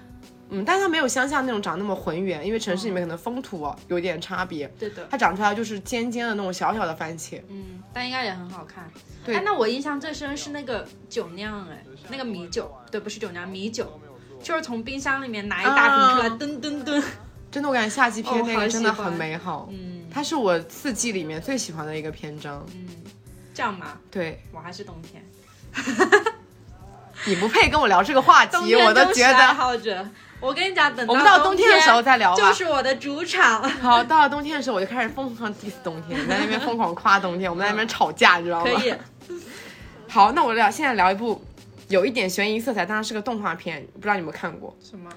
Speaker 3: 嗯，但它没有乡下那种长那么浑圆，因为城市里面可能风土、啊、有点差别，
Speaker 2: 对
Speaker 3: *laughs*
Speaker 2: 的。
Speaker 3: 它长出来就是尖尖的那种小小的番茄，
Speaker 2: 嗯，但应该也很好看。
Speaker 3: 对
Speaker 2: 哎，那我印象最深是那个酒酿，哎，那个米酒，对，不是酒酿，米酒，就是从冰箱里面拿一大瓶出来，
Speaker 3: 啊
Speaker 2: 噔噔噔。
Speaker 3: 真的我感觉夏季
Speaker 2: 哦
Speaker 3: 片
Speaker 2: 我
Speaker 3: 那
Speaker 2: 好
Speaker 3: 个真的
Speaker 2: 喜
Speaker 3: 很
Speaker 2: 欢
Speaker 3: 美好，
Speaker 2: 嗯
Speaker 3: 它是我四季里面最喜欢的一个篇章。
Speaker 2: 嗯，这样吧，
Speaker 3: 对，
Speaker 2: 我还是冬天，
Speaker 3: 你不配跟我聊这个话
Speaker 2: 冬
Speaker 3: 题，
Speaker 2: 天
Speaker 3: 我都
Speaker 2: 忠实
Speaker 3: 觉
Speaker 2: 爱
Speaker 3: 得。
Speaker 2: 好者。我跟你讲，等
Speaker 3: 我们到
Speaker 2: 冬
Speaker 3: 冬天的时候再聊吧
Speaker 2: 就是我的主场。
Speaker 3: *laughs* 好，到了冬天的时候，我就开始疯狂 diss 冬天，你在那边疯狂夸冬天，我们在那边吵架，你知道吗
Speaker 2: 嗯可？以，
Speaker 3: 好，那我聊现在聊一部有一点悬疑色彩，当然是个动画片，不知道你们看过《
Speaker 2: 什么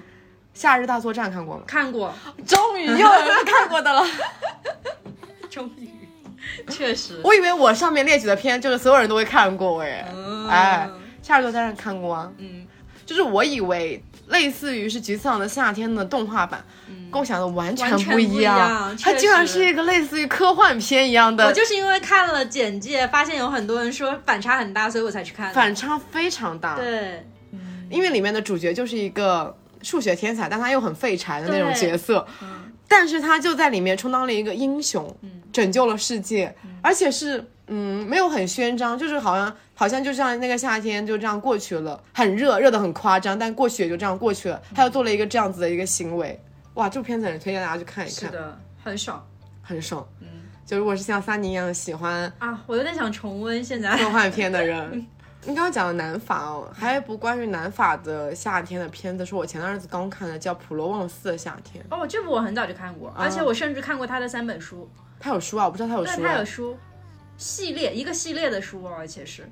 Speaker 3: 夏日大作战》
Speaker 2: *laughs*
Speaker 3: 看过吗？
Speaker 2: 看过？
Speaker 3: 终于又有人看过的了。
Speaker 2: 终于，确实。
Speaker 3: 我以为我上面列举的片就是所有人都会看过哎，
Speaker 2: 嗯
Speaker 3: *laughs* 哎，夏日作战看过啊，
Speaker 2: 嗯，
Speaker 3: 就是我以为类似于是《菊次郎的夏天》的动画版，跟我想的完全
Speaker 2: 嗯完全
Speaker 3: 不
Speaker 2: 不
Speaker 3: 一
Speaker 2: 一样
Speaker 3: 它
Speaker 2: 确
Speaker 3: 居然
Speaker 2: 实
Speaker 3: 是一个类似于科幻片一样
Speaker 2: 我
Speaker 3: 的，
Speaker 2: 就是因为看了简介，发现有很多人说反差很大，所以我才去看的。
Speaker 3: 反差非常大，
Speaker 2: 对，
Speaker 3: 因为里面的主角就是一个数学天才，但他又很废柴的那种
Speaker 2: 对嗯
Speaker 3: 角色，但是他就在里面充当了一个英雄，拯救了世界，而且是嗯没有很宣张，就是好像好像就像那个夏天就这样过去了，很热，热的很夸张，但过去也就这样过去了，
Speaker 2: 嗯
Speaker 3: 他又做了一个这样子的一个行为，哇，这部片子很推荐大家去看一
Speaker 2: 是
Speaker 3: 看，
Speaker 2: 的，嗯很爽
Speaker 3: 很爽，就如果是像萨尼一样喜欢
Speaker 2: 啊！我有点想重温现在。
Speaker 3: 动画片的人。你刚刚讲的南法哦，还有一部关于南法的夏天的片子，是我前段日子刚看的，叫《普罗旺斯的夏天》。
Speaker 2: *laughs* 哦，这部我很早就看过，而且我甚至看过他的三本书，
Speaker 3: 它有书啊，我不知道它啊有
Speaker 2: 对，
Speaker 3: 书、
Speaker 2: 他有
Speaker 3: 啊。
Speaker 2: 书系列，一个系列的书哦，而且是。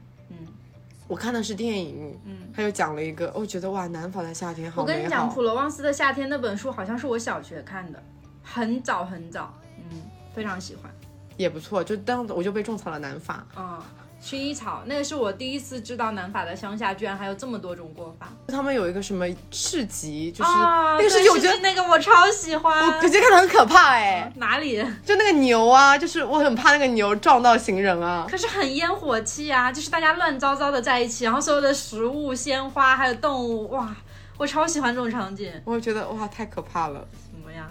Speaker 3: 我看的是电影，嗯，他就讲了一个，我觉得哇，南法的夏天好
Speaker 2: 我跟
Speaker 3: 美啊
Speaker 2: 你讲，
Speaker 3: 好
Speaker 2: 《普。罗旺斯的夏天》那本书好像是我小学看的，很早很早，嗯，非常喜欢。
Speaker 3: 也不错，就当我就被种草了南法。
Speaker 2: 嗯，薰衣草，那个是我第一次知道南法的乡下居然还有这么多种过法。
Speaker 3: 他们有一个什么市集，就是、
Speaker 2: 啊，
Speaker 3: 那个
Speaker 2: 对
Speaker 3: 市集，我觉
Speaker 2: 是
Speaker 3: 得
Speaker 2: 那个我超喜欢。
Speaker 3: 我觉得看的很可怕哎、
Speaker 2: 哪里？
Speaker 3: 就那个牛啊，就是我很怕那个牛撞到行人啊。
Speaker 2: 可是很烟火气啊，就是大家乱糟糟的在一起，然后所有的食物、鲜花还有动物，哇，我超喜欢这种场景。
Speaker 3: 我觉得哇，太可怕了。
Speaker 2: 怎么样？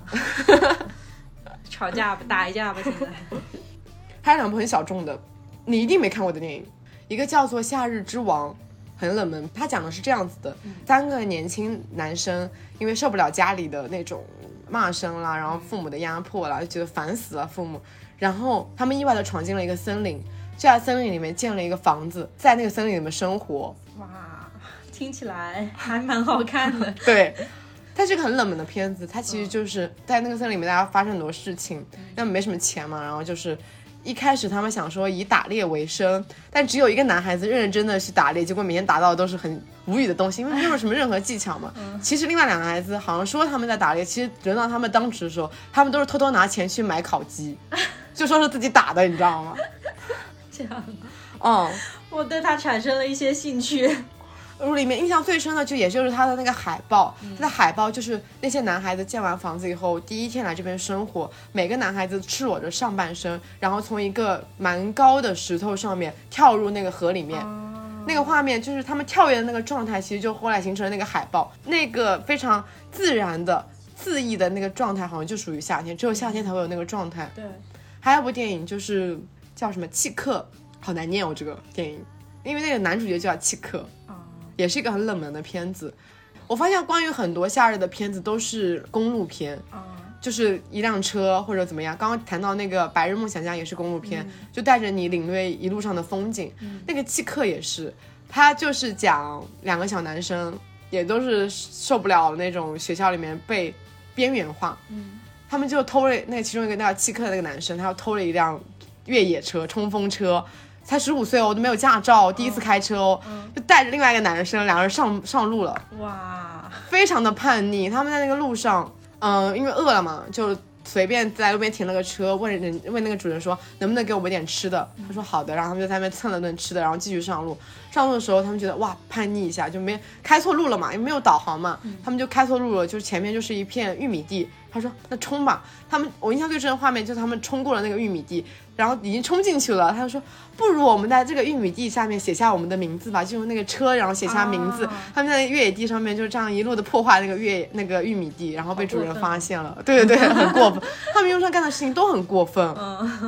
Speaker 2: *laughs* 吵架吧，打一架吧，现在。
Speaker 3: 还有两部很小众的，你一定没看过的电影，一个叫做《夏日之王》，很冷门。它讲的是这样子的：三个年轻男生因为受不了家里的那种骂声啦，然后父母的压迫啦，就觉得烦死了父母，然后他们意外的闯进了一个森林，就在森林里面建了一个房子，在那个森林里面生活。
Speaker 2: 哇，听起来还蛮好看的。
Speaker 3: 对。它是一个很冷门的片子，它其实就是在那个森林里面，大家发生很多事情，那没什么钱嘛，然后就是一开始他们想说以打猎为生，但只有一个男孩子认认真真的去打猎，结果每天打到的都是很无语的东西，因为没有什么任何技巧嘛。
Speaker 2: 嗯
Speaker 3: 其实另外两个孩子好像说他们在打猎，其实轮到他们当值的时候，他们都是偷偷拿钱去买烤鸡，就说是自己打的，你知道吗？
Speaker 2: *laughs* 这样，
Speaker 3: 嗯。
Speaker 2: 我对它产生了一些兴趣。
Speaker 3: 我里面印象最深的就也就是他的那个海报，他的海报就是那些男孩子建完房子以后，第一天来这边生活，每个男孩子赤裸着上半身，然后从一个蛮高的石头上面跳入那个河里面。那个画面就是他们跳跃的那个状态，其实就后来形成了那个海报，那个非常自然的、恣意的那个状态，好像就属于夏天，只有夏天才会有那个状态。
Speaker 2: 对，
Speaker 3: 还有部电影就是叫什么《契克》，好难念哦，这个电影，因为那个男主角就叫契克。
Speaker 2: 啊、
Speaker 3: 也是一个很冷门的片子。我发现关于很多夏日的片子都是公路片，
Speaker 2: 嗯，
Speaker 3: 就是一辆车或者怎么样。刚刚谈到那个《白日梦想家》也是公路片，就带着你领略一路上的风景。那个契克也是，他就是讲两个小男生也都是受不了那种学校里面被边缘化，
Speaker 2: 嗯
Speaker 3: 他们就偷了那其中一个那个契克的那个男生，他又偷了一辆越野车、冲锋车。才十五岁哦，我都没有驾照，第一次开车哦，就带着另外一个男生，两个人上上路了。
Speaker 2: 哇，
Speaker 3: 非常的叛逆。他们在那个路上，嗯、因为饿了嘛，就随便在路边停了个车，问人问那个主人说能不能给我们点吃的，他说好的，然后他们就在那边蹭了顿吃的，然后继续上路。上路的时候，他们觉得哇叛逆一下，就没开错路了嘛，也没有导航嘛，他们就开错路了，就是前面就是一片玉米地。他说那冲吧，他们我印象最深的画面就是他们冲过了那个玉米地。然后已经冲进去了，他就说：“不如我们在这个玉米地下面写下我们的名字吧，就用那个车，然后写下名字，
Speaker 2: 啊
Speaker 3: 他们在越野地上面就这样一路的破坏那个越那个玉米地，然后被主人
Speaker 2: 好过分
Speaker 3: 发现了。对对对，很过
Speaker 2: *laughs*
Speaker 3: 分。他们用上干的事情都很过分，
Speaker 2: 嗯
Speaker 3: *laughs*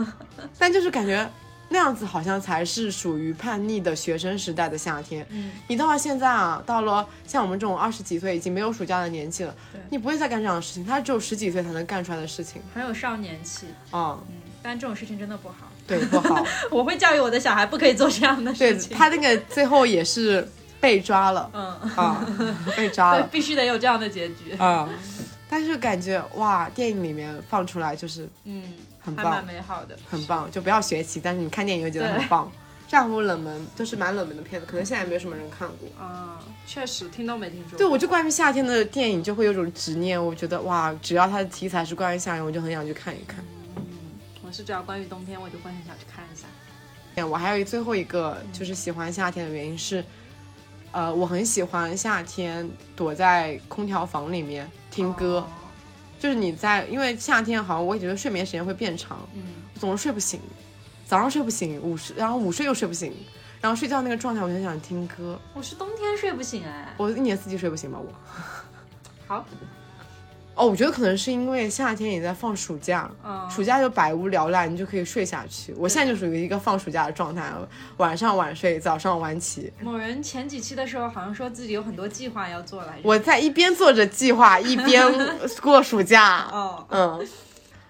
Speaker 3: 但就是感觉那样子好像才是属于叛逆的学生时代的夏天。
Speaker 2: 嗯
Speaker 3: 你到了现在啊，到了像我们这种二十几岁已经没有暑假的年纪了
Speaker 2: 对，
Speaker 3: 你不会再干这样的事情，他只有十几岁才能干出来的事情
Speaker 2: 很有少年气，
Speaker 3: 啊、
Speaker 2: 嗯，但这种事情真的不好。
Speaker 3: 对，不
Speaker 2: *laughs*
Speaker 3: 好。
Speaker 2: 我会教育我的小孩不可以做这样的
Speaker 3: 对
Speaker 2: 事情。
Speaker 3: 他那个最后也是被抓了
Speaker 2: 嗯，
Speaker 3: 啊，被抓
Speaker 2: 对 *laughs*
Speaker 3: 了，
Speaker 2: 必须得有这样的结局。
Speaker 3: *laughs* 啊。但是感觉哇，电影里面放出来就是
Speaker 2: 嗯，
Speaker 3: 很
Speaker 2: 还
Speaker 3: 棒
Speaker 2: 蛮美好的。
Speaker 3: 很棒，就不要学习，但是你看电影又觉得很棒。这样不冷门，就是蛮冷门的片子，可能现在没有什么人看过。
Speaker 2: 嗯，确实听都没听说。
Speaker 3: 对，我就关于夏天的电影就会有种执念，我觉得哇，只要它的题材是关于夏天，我就很想去看一看。
Speaker 2: 我是只要关于冬天，我就会很想去看一下。
Speaker 3: 我还有最后一个就是喜欢夏天的原因是，呃，我很喜欢夏天躲在空调房里面听歌，
Speaker 2: 哦
Speaker 3: 就是你在，因为夏天好像我也觉得睡眠时间会变长，
Speaker 2: 嗯，
Speaker 3: 我总是睡不醒，早上睡不醒，午睡，然后午睡又睡不醒，然后睡觉那个状态，我就想听歌。
Speaker 2: 我是冬天睡不醒哎。
Speaker 3: 我一年四季睡不醒吧？我
Speaker 2: *laughs* 好，
Speaker 3: 哦，我觉得可能是因为夏天也在放暑假，
Speaker 2: 嗯，
Speaker 3: 暑假就百无聊赖，你就可以睡下去。我现在就属于一个放暑假的状态，晚上晚睡，早上晚起。
Speaker 2: 某人前几期的时候好像说自己有很多计划要做来着。
Speaker 3: 我在一边做着
Speaker 2: *laughs*
Speaker 3: 计划，一边过暑假。
Speaker 2: 哦，
Speaker 3: 嗯，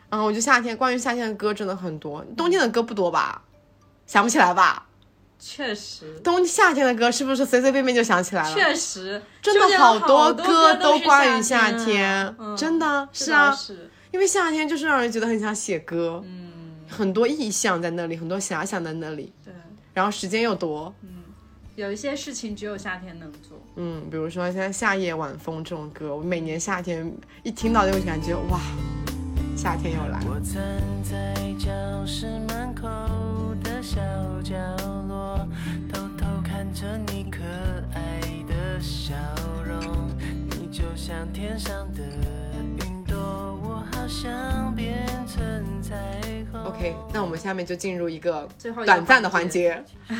Speaker 3: 然后我就夏天，关于夏天的歌真的很多，冬天的歌不多吧？想不起来吧？
Speaker 2: 确实。
Speaker 3: 冬夏天的歌是不是随随便便就想起来了？
Speaker 2: 确实，
Speaker 3: 真的
Speaker 2: 好
Speaker 3: 多
Speaker 2: 歌
Speaker 3: 都
Speaker 2: 是
Speaker 3: 关于夏
Speaker 2: 夏
Speaker 3: 天，
Speaker 2: 嗯、
Speaker 3: 真的
Speaker 2: 这
Speaker 3: 是
Speaker 2: 倒
Speaker 3: 啊，
Speaker 2: 是
Speaker 3: 因为夏天就是让人觉得很想写歌，
Speaker 2: 嗯，
Speaker 3: 很多意象在那里，很多遐想在那里，
Speaker 2: 对，
Speaker 3: 然后时间又多，
Speaker 2: 嗯有一些事情只有夏天能做。
Speaker 3: 嗯，比如说像《夏夜晚风》这种歌，我每
Speaker 2: 嗯
Speaker 3: 年夏天一听到就会感觉哇，夏天又来了。
Speaker 1: 我站在教室门口的小角落，偷偷看着你可爱的笑容。你就像天上的云朵，我好想变成彩虹。
Speaker 3: OK，那我们下面就进入一个
Speaker 2: 最后一个
Speaker 3: 短暂的环
Speaker 2: 环节
Speaker 3: 节，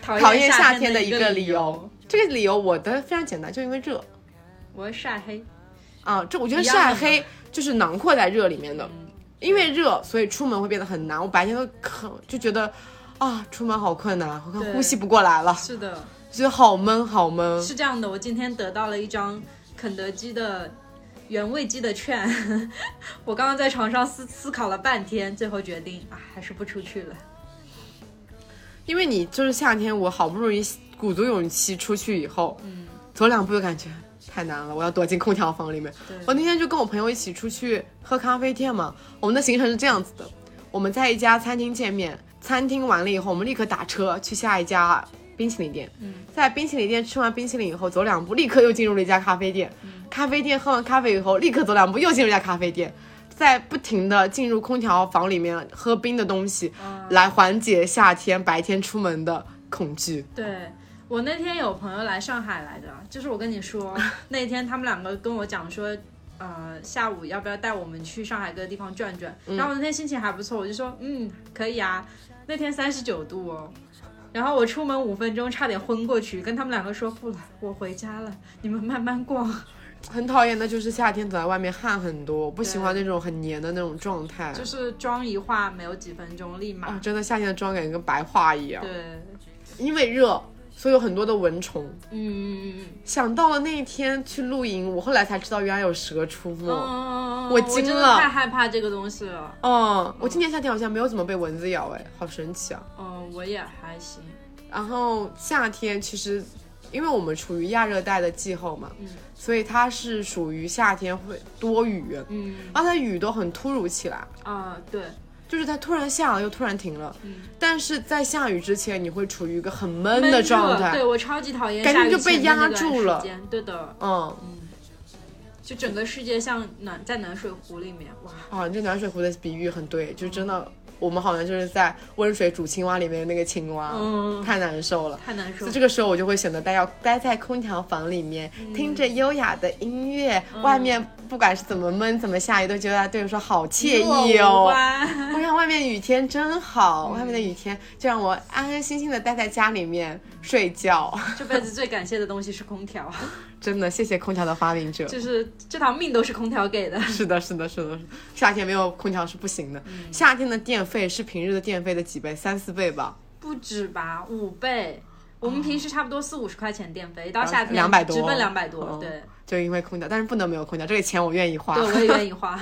Speaker 2: 讨
Speaker 3: 讨厌
Speaker 2: 厌
Speaker 3: 夏
Speaker 2: 天
Speaker 3: 天的
Speaker 2: 一
Speaker 3: 一个
Speaker 2: 理
Speaker 3: 理由。。这个理由我的非常简单，就因为热。
Speaker 2: 我会晒黑，
Speaker 3: 啊，这我觉得
Speaker 2: 一样的
Speaker 3: 晒
Speaker 2: 嘛嗯
Speaker 3: 黑就是囊括在热里面的，因为热，所以出门会变得很难。我白天都很就觉得啊，出门好困难，我
Speaker 2: 对
Speaker 3: 呼吸不过来了，
Speaker 2: 是的，
Speaker 3: 觉得好闷好闷。
Speaker 2: 是这样的。我今天得到了一张肯德基的原味鸡的券， *laughs* 我刚刚在床上思思考了半天，最后决定啊，还是不出去了。
Speaker 3: 因为你就是夏天，我好不容易鼓足勇气出去以后，
Speaker 2: 嗯，
Speaker 3: 走两步就感觉太难了，我要躲进空调房里面。
Speaker 2: 对，
Speaker 3: 我那天就跟我朋友一起出去喝咖啡店嘛，我们的行程是这样子的：我们在一家餐厅见面，餐厅完了以后，我们立刻打车去下一家冰淇淋店。
Speaker 2: 嗯，
Speaker 3: 在冰淇淋店吃完冰淇淋以后，走两步，立刻又进入了一家咖啡店。
Speaker 2: 嗯
Speaker 3: 咖啡店喝完咖啡以后，立刻走两步，又进入一家咖啡店。在不停的进入空调房里面喝冰的东西，来缓解夏天白天出门的恐惧。
Speaker 2: 对我那天有朋友来上海来的，就是我跟你
Speaker 3: *laughs*
Speaker 2: 说那天他们两个跟我讲说。呃，下午要不要带我们去上海各个地方转转？
Speaker 3: 嗯
Speaker 2: 然后我那天心情还不错，我就说，嗯，可以啊。那天三十九度哦，然后我出门五分钟差点昏过去，跟他们两个说不了，我回家了，你们慢慢逛。
Speaker 3: 很讨厌的就是夏天走在外面汗很多，我不喜欢那种很黏的那种状态。
Speaker 2: 就是妆一
Speaker 3: 哦
Speaker 2: 化没有几分钟，立马、
Speaker 3: 啊，真的夏天的妆感觉跟白化一样，
Speaker 2: 对
Speaker 3: 因为热，所以有很多的蚊虫。
Speaker 2: 嗯，
Speaker 3: 想到了那一天去露营，我后来才知道原来有蛇出没。
Speaker 2: 哦
Speaker 3: 我
Speaker 2: 真
Speaker 3: 惊
Speaker 2: 的
Speaker 3: 了
Speaker 2: 太害怕这个东西了。
Speaker 3: 嗯，我今年夏天好像没有怎么被蚊子咬，哎，好神奇啊！
Speaker 2: 嗯，我也还行。
Speaker 3: 然后夏天其实，因为我们处于亚热带的气候嘛，
Speaker 2: 嗯
Speaker 3: 所以它是属于夏天会多雨，
Speaker 2: 嗯
Speaker 3: 而且啊雨都很突如其来，
Speaker 2: 啊，对，
Speaker 3: 就是它突然下了又突然停了。
Speaker 2: 嗯
Speaker 3: 但是在下雨之前，你会处于一个很闷
Speaker 2: 闷
Speaker 3: 的
Speaker 2: 热
Speaker 3: 状态
Speaker 2: 对，我超级讨厌
Speaker 3: 感
Speaker 2: 下
Speaker 3: 觉
Speaker 2: 雨
Speaker 3: 就被
Speaker 2: 前的那
Speaker 3: 压
Speaker 2: 段
Speaker 3: 住
Speaker 2: 时
Speaker 3: 了
Speaker 2: 间。对的，
Speaker 3: 嗯，
Speaker 2: 就整个世界像暖在暖水壶里面，哇，
Speaker 3: 啊，你这暖水壶的比喻很对，就真的，我们好像就是在温水煮青蛙里面的那个青蛙，
Speaker 2: 嗯
Speaker 3: 太难受了。
Speaker 2: 太难受
Speaker 3: 所以
Speaker 2: 了。
Speaker 3: 这个时候我就会选择待要待在空调房里面，
Speaker 2: 嗯
Speaker 3: 听着优雅的音乐，外面不管是怎么闷怎么下雨，都觉得对我说好惬意
Speaker 2: 若无
Speaker 3: 哦。
Speaker 2: 花
Speaker 3: *laughs*
Speaker 2: *laughs*
Speaker 3: 我想外面雨天真好，
Speaker 2: 嗯
Speaker 3: 外面的雨天就让我安安心心的待在家里面睡觉。 *laughs*
Speaker 2: 这辈子最感谢的东西是空调， *laughs*
Speaker 3: 真的，谢谢空调的发明者。
Speaker 2: 就是这条命都是空调给的。
Speaker 3: 是的，是的，是的，是的夏天没有空调是不行的。
Speaker 2: 嗯
Speaker 3: 夏天的电费是平日的电费的几倍？三四倍吧。
Speaker 2: 不止吧，五倍。我们平时差不多四五十块钱电费，一到夏天
Speaker 3: 200多
Speaker 2: 直奔两百多。
Speaker 3: 嗯
Speaker 2: 对，
Speaker 3: 就因为空调，但是不能没有空调，这个钱我愿意花。
Speaker 2: 对，我也愿
Speaker 3: *laughs*
Speaker 2: 意花。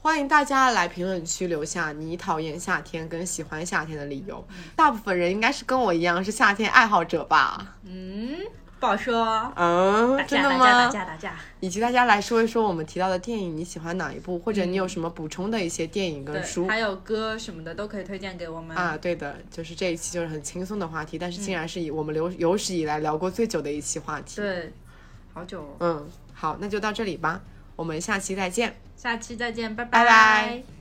Speaker 3: 欢迎大家来评论区留下你讨厌夏天跟喜欢夏天的理由。
Speaker 2: 嗯
Speaker 3: 大部分人应该是跟我一样是夏天爱好者吧？
Speaker 2: 嗯，不好说。
Speaker 3: 嗯
Speaker 2: 打，
Speaker 3: 真
Speaker 2: 架打
Speaker 3: 的
Speaker 2: 架打
Speaker 3: 吗？
Speaker 2: 架打架。
Speaker 3: 以及大家来说一说我们提到的电影，你喜欢哪一部，或者你有什么补充的一些电影跟
Speaker 2: 嗯对，
Speaker 3: 书
Speaker 2: 还有歌什么的都可以推荐给我们。
Speaker 3: 啊？对的，就是这一期就是很轻松的话题，但是竟然是以我们有有史以来聊过最久的一期话题。
Speaker 2: 嗯对，好久、哦，
Speaker 3: 嗯，好，那就到这里吧，我们下期再见。
Speaker 2: 下期再见，拜
Speaker 3: 拜
Speaker 2: 拜
Speaker 3: 拜